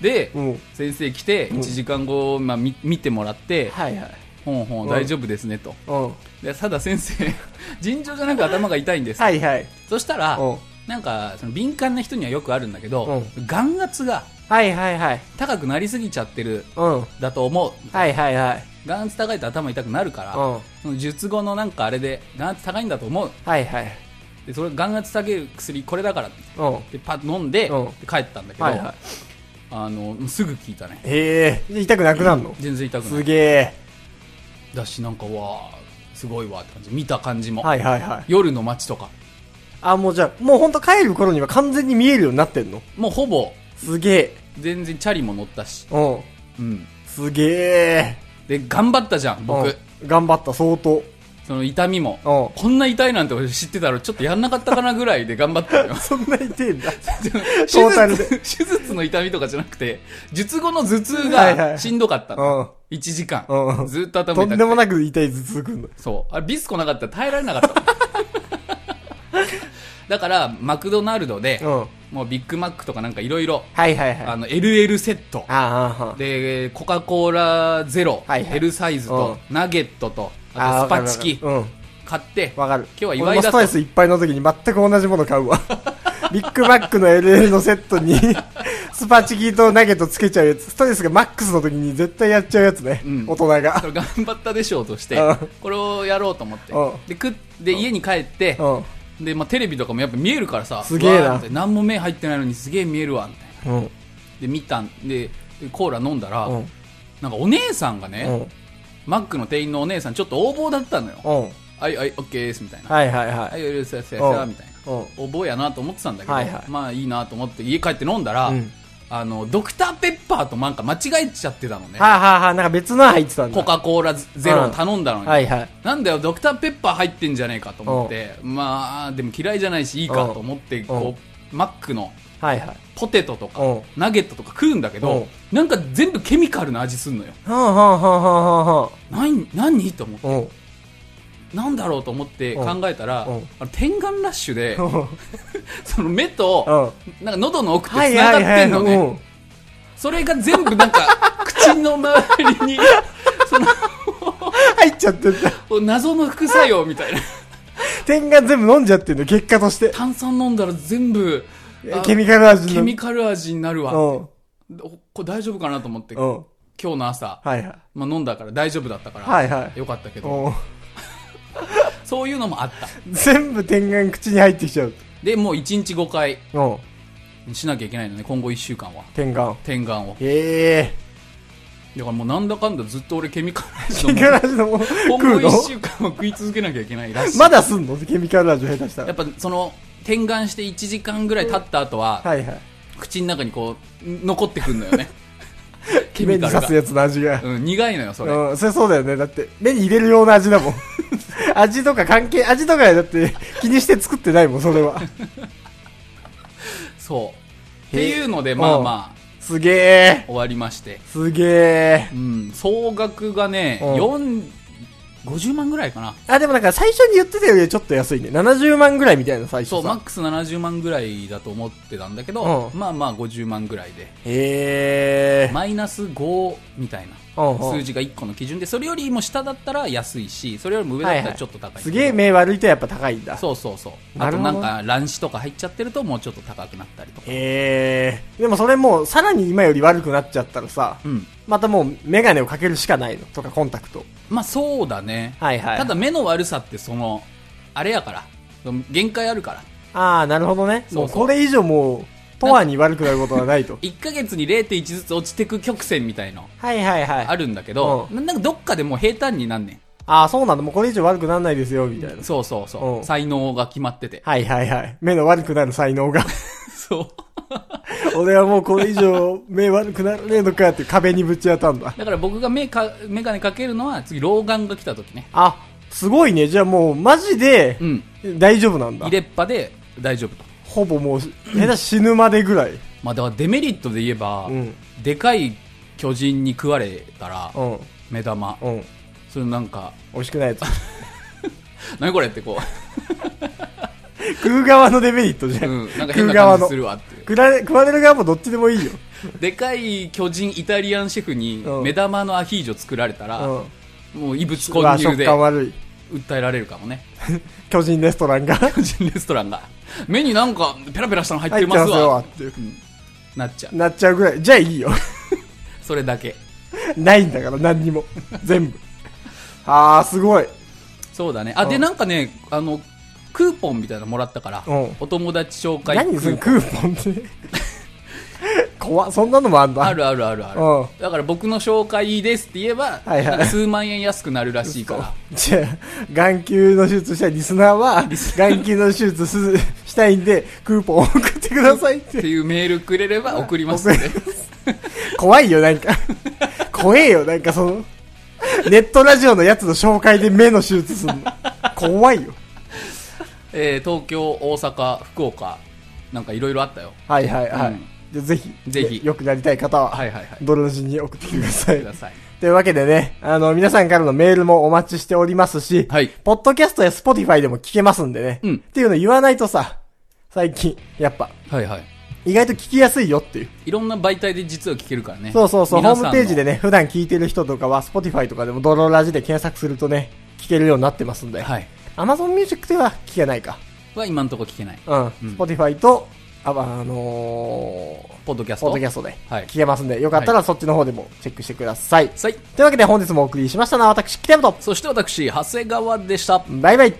[SPEAKER 1] で、
[SPEAKER 2] うん。うん。
[SPEAKER 1] 先生来て、1時間後、まあ、み見てもらって、
[SPEAKER 2] はいはい。
[SPEAKER 1] ほんほん、大丈夫ですね、と。
[SPEAKER 2] うん。は
[SPEAKER 1] で、ただ先生、 尋常じゃなく頭が痛いんです。
[SPEAKER 2] いはい。
[SPEAKER 1] そしたら
[SPEAKER 2] うん、
[SPEAKER 1] なんか、その敏感な人にはよくあるんだけど、眼圧が
[SPEAKER 2] はいはいはい。
[SPEAKER 1] 高くなりすぎちゃってる、
[SPEAKER 2] うん。
[SPEAKER 1] だと思う。
[SPEAKER 2] はいはいはい。
[SPEAKER 1] 眼圧高いと頭痛くなるから、
[SPEAKER 2] うん。
[SPEAKER 1] その術後のなんかあれで、眼圧高いんだと思う。
[SPEAKER 2] はいはい。
[SPEAKER 1] で、それ眼圧下げる薬、これだからって。
[SPEAKER 2] うん。
[SPEAKER 1] でパッと飲んで、
[SPEAKER 2] うん
[SPEAKER 1] で帰ったんだけど、
[SPEAKER 2] はいはい。
[SPEAKER 1] あのすぐ聞いたね
[SPEAKER 2] へえ。痛くなくなるの
[SPEAKER 1] 全然痛くな
[SPEAKER 2] す
[SPEAKER 1] い
[SPEAKER 2] げえ。
[SPEAKER 1] だしなんかわあすごいわって感じ見た感じも、
[SPEAKER 2] はいはいはい。
[SPEAKER 1] 夜の街とか
[SPEAKER 2] あ、もうじゃあ、もうほんと帰る頃には完全に見えるようになってんの
[SPEAKER 1] もうほぼ
[SPEAKER 2] すげえ。
[SPEAKER 1] 全然チャリも乗ったし、
[SPEAKER 2] うん。
[SPEAKER 1] うん、
[SPEAKER 2] すげえ。
[SPEAKER 1] で頑張ったじゃん僕、
[SPEAKER 2] うん頑張った、相 当。
[SPEAKER 1] その痛みも、
[SPEAKER 2] う
[SPEAKER 1] こんな痛いなんて俺知ってたらちょっとやんなかったかなぐらいで頑張ったの よ
[SPEAKER 2] そんな痛いんだ。
[SPEAKER 1] 手
[SPEAKER 2] トータルで
[SPEAKER 1] 術手術の痛みとかじゃなくて術後の頭痛
[SPEAKER 2] はいは
[SPEAKER 1] が
[SPEAKER 2] い
[SPEAKER 1] しんどかったの、
[SPEAKER 2] うん。
[SPEAKER 1] 1時間、
[SPEAKER 2] うん
[SPEAKER 1] ずっと頭
[SPEAKER 2] と
[SPEAKER 1] 痛くて
[SPEAKER 2] んでもなく痛い頭痛くんだ。
[SPEAKER 1] そう。あれ、ビスコなかったら耐えられなか ったもん。だから、マクドナルドで、
[SPEAKER 2] うん。
[SPEAKER 1] もうビッグマックとかなんかいろいろ、
[SPEAKER 2] はいはいはい。
[SPEAKER 1] あ
[SPEAKER 2] あ
[SPEAKER 1] の、LL セット、
[SPEAKER 2] あ、
[SPEAKER 1] で、コカ・コーラゼロ、
[SPEAKER 2] はいはい
[SPEAKER 1] L サイズと、ナゲットと、あ
[SPEAKER 2] ああ。
[SPEAKER 1] とスパチキ
[SPEAKER 2] うん。
[SPEAKER 1] 買って、
[SPEAKER 2] わかる。
[SPEAKER 1] 今日は
[SPEAKER 2] 俺
[SPEAKER 1] 祝い
[SPEAKER 2] も
[SPEAKER 1] だ
[SPEAKER 2] ス
[SPEAKER 1] と
[SPEAKER 2] トレスいっぱいの時に全く同じもの 買うわ。ビッグマックの LL のセットに、スパチキとナゲットつけちゃうやつ。ストレスがマックスの時に絶対やっちゃうやつね。
[SPEAKER 1] うん
[SPEAKER 2] 大人 が
[SPEAKER 1] そ。れ頑張ったでしょうとして
[SPEAKER 2] うん、
[SPEAKER 1] これをやろうと思って
[SPEAKER 2] うん。
[SPEAKER 1] で、食って、家に帰って、
[SPEAKER 2] う
[SPEAKER 1] で、まあ、テレビとかもやっぱ見えるからさ、
[SPEAKER 2] すげえな
[SPEAKER 1] わーって何も目入ってないのにすげえ見えるわ、みたいな。
[SPEAKER 2] ん。うん。
[SPEAKER 1] で、見たんで、でコーラ飲んだら、
[SPEAKER 2] うん。
[SPEAKER 1] なんかお姉さんがね、
[SPEAKER 2] うん。
[SPEAKER 1] マックの店員のお姉さん、ちょっと横暴だったのよ。
[SPEAKER 2] うん。
[SPEAKER 1] はい、はい、オッケーです、みたいな。は
[SPEAKER 2] はいはいはい。
[SPEAKER 1] い、よろしくお
[SPEAKER 2] うん
[SPEAKER 1] 願いみたいな。
[SPEAKER 2] うん。
[SPEAKER 1] 横暴やなと思ってたんだけど、
[SPEAKER 2] はいはい
[SPEAKER 1] まあいいなと思って家帰って飲んだら、
[SPEAKER 2] うん
[SPEAKER 1] あの、ドクターペッパーとなんか間違えちゃってたのね。
[SPEAKER 2] はあ、はあはあ、なんか別の入ってたんだ。
[SPEAKER 1] コカ・コーラゼロを頼んだのに。
[SPEAKER 2] はいはい。
[SPEAKER 1] なんだよ、ドクターペッパー入ってんじゃねえかと思って、まあ、でも嫌いじゃないし、いいかと思って、こう、マックの
[SPEAKER 2] はいはい。
[SPEAKER 1] ポテトとか
[SPEAKER 2] うん、
[SPEAKER 1] ナゲットとか食うんだけど、なんか全部ケミカルな味すんのよ。
[SPEAKER 2] はあ、はあはあはあは
[SPEAKER 1] 何、何と思って
[SPEAKER 2] あ。うん。
[SPEAKER 1] なんだろうと思って考えたら、
[SPEAKER 2] うん
[SPEAKER 1] あの天眼ラッシュで、
[SPEAKER 2] うん。
[SPEAKER 1] その目と、
[SPEAKER 2] は
[SPEAKER 1] なんか喉の奥と
[SPEAKER 2] い
[SPEAKER 1] 繋
[SPEAKER 2] は
[SPEAKER 1] がっ
[SPEAKER 2] いは
[SPEAKER 1] て
[SPEAKER 2] い。
[SPEAKER 1] んのね。
[SPEAKER 2] うん。
[SPEAKER 1] それが全部なん か、口の周りに、そ
[SPEAKER 2] 入っちゃってんだ。
[SPEAKER 1] の、謎の副作用みたいな。
[SPEAKER 2] 点が全部飲んじゃってんの、結果として。
[SPEAKER 1] 炭酸飲んだら全部、あ
[SPEAKER 2] ケミカル味の。
[SPEAKER 1] ケミカル味になるわ。
[SPEAKER 2] うん。
[SPEAKER 1] おこれ大丈夫かなと思って、
[SPEAKER 2] う
[SPEAKER 1] 今
[SPEAKER 2] ん。
[SPEAKER 1] 日の朝、
[SPEAKER 2] はいはい。
[SPEAKER 1] まあ、飲んだから大丈夫だったから、
[SPEAKER 2] はいはい
[SPEAKER 1] よかったけど、
[SPEAKER 2] う
[SPEAKER 1] そういうのもあった。
[SPEAKER 2] ん。全部点眼口に入ってきちゃう。
[SPEAKER 1] で、もう1日5回
[SPEAKER 2] うん。
[SPEAKER 1] しなきゃいけないのね、今後1週間は。
[SPEAKER 2] 点眼。
[SPEAKER 1] 天眼を。
[SPEAKER 2] へえ。
[SPEAKER 1] だからもうなんだかんだずっと俺ケミカル味
[SPEAKER 2] ケ
[SPEAKER 1] の
[SPEAKER 2] ミカ ル味のもの
[SPEAKER 1] 今
[SPEAKER 2] 食
[SPEAKER 1] 後
[SPEAKER 2] うの
[SPEAKER 1] 一週間は食い続けなきゃいけないらしい。
[SPEAKER 2] まだすんのケミカル味下手した
[SPEAKER 1] やっ
[SPEAKER 2] ら。
[SPEAKER 1] ぱその、転眼して1時間ぐらい経った後は、
[SPEAKER 2] はいはい。
[SPEAKER 1] 口の中にこう、残ってくんの よね。ケ
[SPEAKER 2] 目
[SPEAKER 1] ミ
[SPEAKER 2] に
[SPEAKER 1] カル
[SPEAKER 2] 刺
[SPEAKER 1] が
[SPEAKER 2] す。やつの味が。
[SPEAKER 1] うん、苦いのよ、それ。
[SPEAKER 2] うん、それそうだよね。だって、目に入れるような味だもん。 味とか関係、味とかだって気にして作ってないもん、それは。
[SPEAKER 1] そう。っ
[SPEAKER 2] へ
[SPEAKER 1] ていうので、まあまあ、
[SPEAKER 2] すげえ。
[SPEAKER 1] 終わりまして。
[SPEAKER 2] すげえ
[SPEAKER 1] う。ん、総額がね、
[SPEAKER 2] うん
[SPEAKER 1] 4、50万ぐらいかな。
[SPEAKER 2] あ、でもなんか最初に言ってたよりはちょっと安いね。70万ぐらいみたいな最初さ。
[SPEAKER 1] そう、マックス70万ぐらいだと思ってたんだけど、
[SPEAKER 2] うん
[SPEAKER 1] まあまあ50万ぐらいで、
[SPEAKER 2] へえ。
[SPEAKER 1] マイナス5みたいな。
[SPEAKER 2] うんうん
[SPEAKER 1] 数字が1個の基準で、それよりも下だったら安いし、それよりも上だったらちょっと高い。
[SPEAKER 2] すげえ目悪いとやっぱ高いんだ。
[SPEAKER 1] そうそうそう。
[SPEAKER 2] な
[SPEAKER 1] あ
[SPEAKER 2] る
[SPEAKER 1] と
[SPEAKER 2] ほど
[SPEAKER 1] なんか乱視とか入っちゃってるともうちょっと高くなったりとか。
[SPEAKER 2] へえ。でもそれもうさらに今より悪くなっちゃったらさ、
[SPEAKER 1] うん。
[SPEAKER 2] またもうメガネをかけるしかないの。とかコンタクト。
[SPEAKER 1] まあそうだね。
[SPEAKER 2] はいはい。
[SPEAKER 1] ただ、目の悪さってその、あれやから。その限界あるから。
[SPEAKER 2] ああ、なるほどね。
[SPEAKER 1] そうそう。
[SPEAKER 2] もうこれ以上もう、とわに悪くなることはないと
[SPEAKER 1] 1ヶ月 に0.1ずつ落ちてく曲線みたいの
[SPEAKER 2] はいはいはい。
[SPEAKER 1] あるんだけど、
[SPEAKER 2] う
[SPEAKER 1] なんかどっかでもう平坦になんね
[SPEAKER 2] ああ、そうなんだ。もうこれ以上悪くならないですよ、みたい
[SPEAKER 1] ん。
[SPEAKER 2] な。
[SPEAKER 1] そうそうそうう。
[SPEAKER 2] ん
[SPEAKER 1] 才能が決まって て。
[SPEAKER 2] はいはいはい。目の悪くなる才能が。
[SPEAKER 1] そう。
[SPEAKER 2] 俺はもうこれ以上目悪くならねえのかって壁にぶち当たんだ。
[SPEAKER 1] だから僕が目か、メガネかけるのは次老眼が来た時ね。
[SPEAKER 2] あ、すごいね。じゃあもうマジで
[SPEAKER 1] う、ん。
[SPEAKER 2] 大丈夫なんだ
[SPEAKER 1] 入。れっぱで大丈夫と。
[SPEAKER 2] ほぼもう、下手死ぬまでぐらい。
[SPEAKER 1] まあだからデメリットで言えば、
[SPEAKER 2] うん。
[SPEAKER 1] でかい巨人に食われたら、
[SPEAKER 2] うん。
[SPEAKER 1] 目玉、
[SPEAKER 2] うん。
[SPEAKER 1] それなんか、
[SPEAKER 2] 美味しくないやつ。
[SPEAKER 1] 何これってこ
[SPEAKER 2] 食う側のデメリットじゃ。
[SPEAKER 1] うんん、なんか
[SPEAKER 2] 食
[SPEAKER 1] 変
[SPEAKER 2] う
[SPEAKER 1] な
[SPEAKER 2] 側
[SPEAKER 1] 感
[SPEAKER 2] の
[SPEAKER 1] じするわっていう
[SPEAKER 2] 食られ食われる側もどっちでもいいよ。
[SPEAKER 1] でかい巨人イタリアンシェフに
[SPEAKER 2] うん
[SPEAKER 1] 目玉のアヒージョ作られたら、
[SPEAKER 2] うん。
[SPEAKER 1] もう異物
[SPEAKER 2] う
[SPEAKER 1] 混
[SPEAKER 2] わ
[SPEAKER 1] 入
[SPEAKER 2] 食
[SPEAKER 1] で
[SPEAKER 2] 感
[SPEAKER 1] 訴
[SPEAKER 2] 悪い。
[SPEAKER 1] えられるかもね
[SPEAKER 2] 巨人レストランが入
[SPEAKER 1] 巨人レストランが目になんかペラペラ したの入って
[SPEAKER 2] って
[SPEAKER 1] ま
[SPEAKER 2] ますす
[SPEAKER 1] わ
[SPEAKER 2] よっていう
[SPEAKER 1] なっちゃう
[SPEAKER 2] なっちゃうぐらい。じゃあいいよ。
[SPEAKER 1] それだけ
[SPEAKER 2] ないんだから、何にも。全部。あー、すごい。
[SPEAKER 1] そうだねあで
[SPEAKER 2] うん
[SPEAKER 1] なんかねあのクーポンみたいなのもらったから
[SPEAKER 2] うん
[SPEAKER 1] お友達紹介
[SPEAKER 2] 何
[SPEAKER 1] ク
[SPEAKER 2] その
[SPEAKER 1] ーポン
[SPEAKER 2] クーポンって。 怖っそんなのもあんだ。
[SPEAKER 1] あるあるあるある
[SPEAKER 2] うん
[SPEAKER 1] だから僕の紹介ですって言えば、
[SPEAKER 2] はいはい
[SPEAKER 1] なんか数万円安くなるらしい
[SPEAKER 2] そ
[SPEAKER 1] か
[SPEAKER 2] う
[SPEAKER 1] ら
[SPEAKER 2] じゃあ、眼球の手術したいリスナーは、眼球の手術すしたいんで、クーポンを送ってくださいっ
[SPEAKER 1] って
[SPEAKER 2] て。
[SPEAKER 1] いうメールくれれば送りますので
[SPEAKER 2] 怖いよ、なんか。怖えよ、なんかその、ネットラジオのやつの紹介で目の手術するの。怖いよ。
[SPEAKER 1] えー東京、大阪、福岡、なんかいろいろあったよ。
[SPEAKER 2] はいはいはい。
[SPEAKER 1] うん
[SPEAKER 2] じゃあぜひ、
[SPEAKER 1] ぜひ
[SPEAKER 2] よくなりたい方は、
[SPEAKER 1] はいはいはい。
[SPEAKER 2] ドロジに送ってください
[SPEAKER 1] く。ださい。
[SPEAKER 2] というわけでね、あの、皆さんからのメールもお待ちしておりますし、
[SPEAKER 1] はい
[SPEAKER 2] ポッドキャストやスポティファイでも聞けますんでね。
[SPEAKER 1] うん
[SPEAKER 2] っていうの言わないとさ、最近、やっぱ、
[SPEAKER 1] はいはい。
[SPEAKER 2] 意外と聞きやすいよっていう。
[SPEAKER 1] いろんな媒体で実は聞けるからね。
[SPEAKER 2] そうそうそう、ホ
[SPEAKER 1] 皆さん
[SPEAKER 2] ー
[SPEAKER 1] の
[SPEAKER 2] ムページでね、普段聞いてる人とかは、Spotify とかでも、ドロラジで検索するとね、聞けるようになってますんで。
[SPEAKER 1] はい。
[SPEAKER 2] Amazon Music では聞けないか。
[SPEAKER 1] は今んとこ聞けない。
[SPEAKER 2] うん。
[SPEAKER 1] ん
[SPEAKER 2] Spotify と、あ、まああのー、
[SPEAKER 1] ポッドキャスト。
[SPEAKER 2] ポッドキャ
[SPEAKER 1] ス
[SPEAKER 2] ストで
[SPEAKER 1] はい
[SPEAKER 2] 聞けますんで、よかったらそっちの方でもチェックしてください。
[SPEAKER 1] ト。はい。
[SPEAKER 2] というわけで本日もお送りしましたのは、私、北山と、
[SPEAKER 1] そして私、長谷川でした。
[SPEAKER 2] バイバイ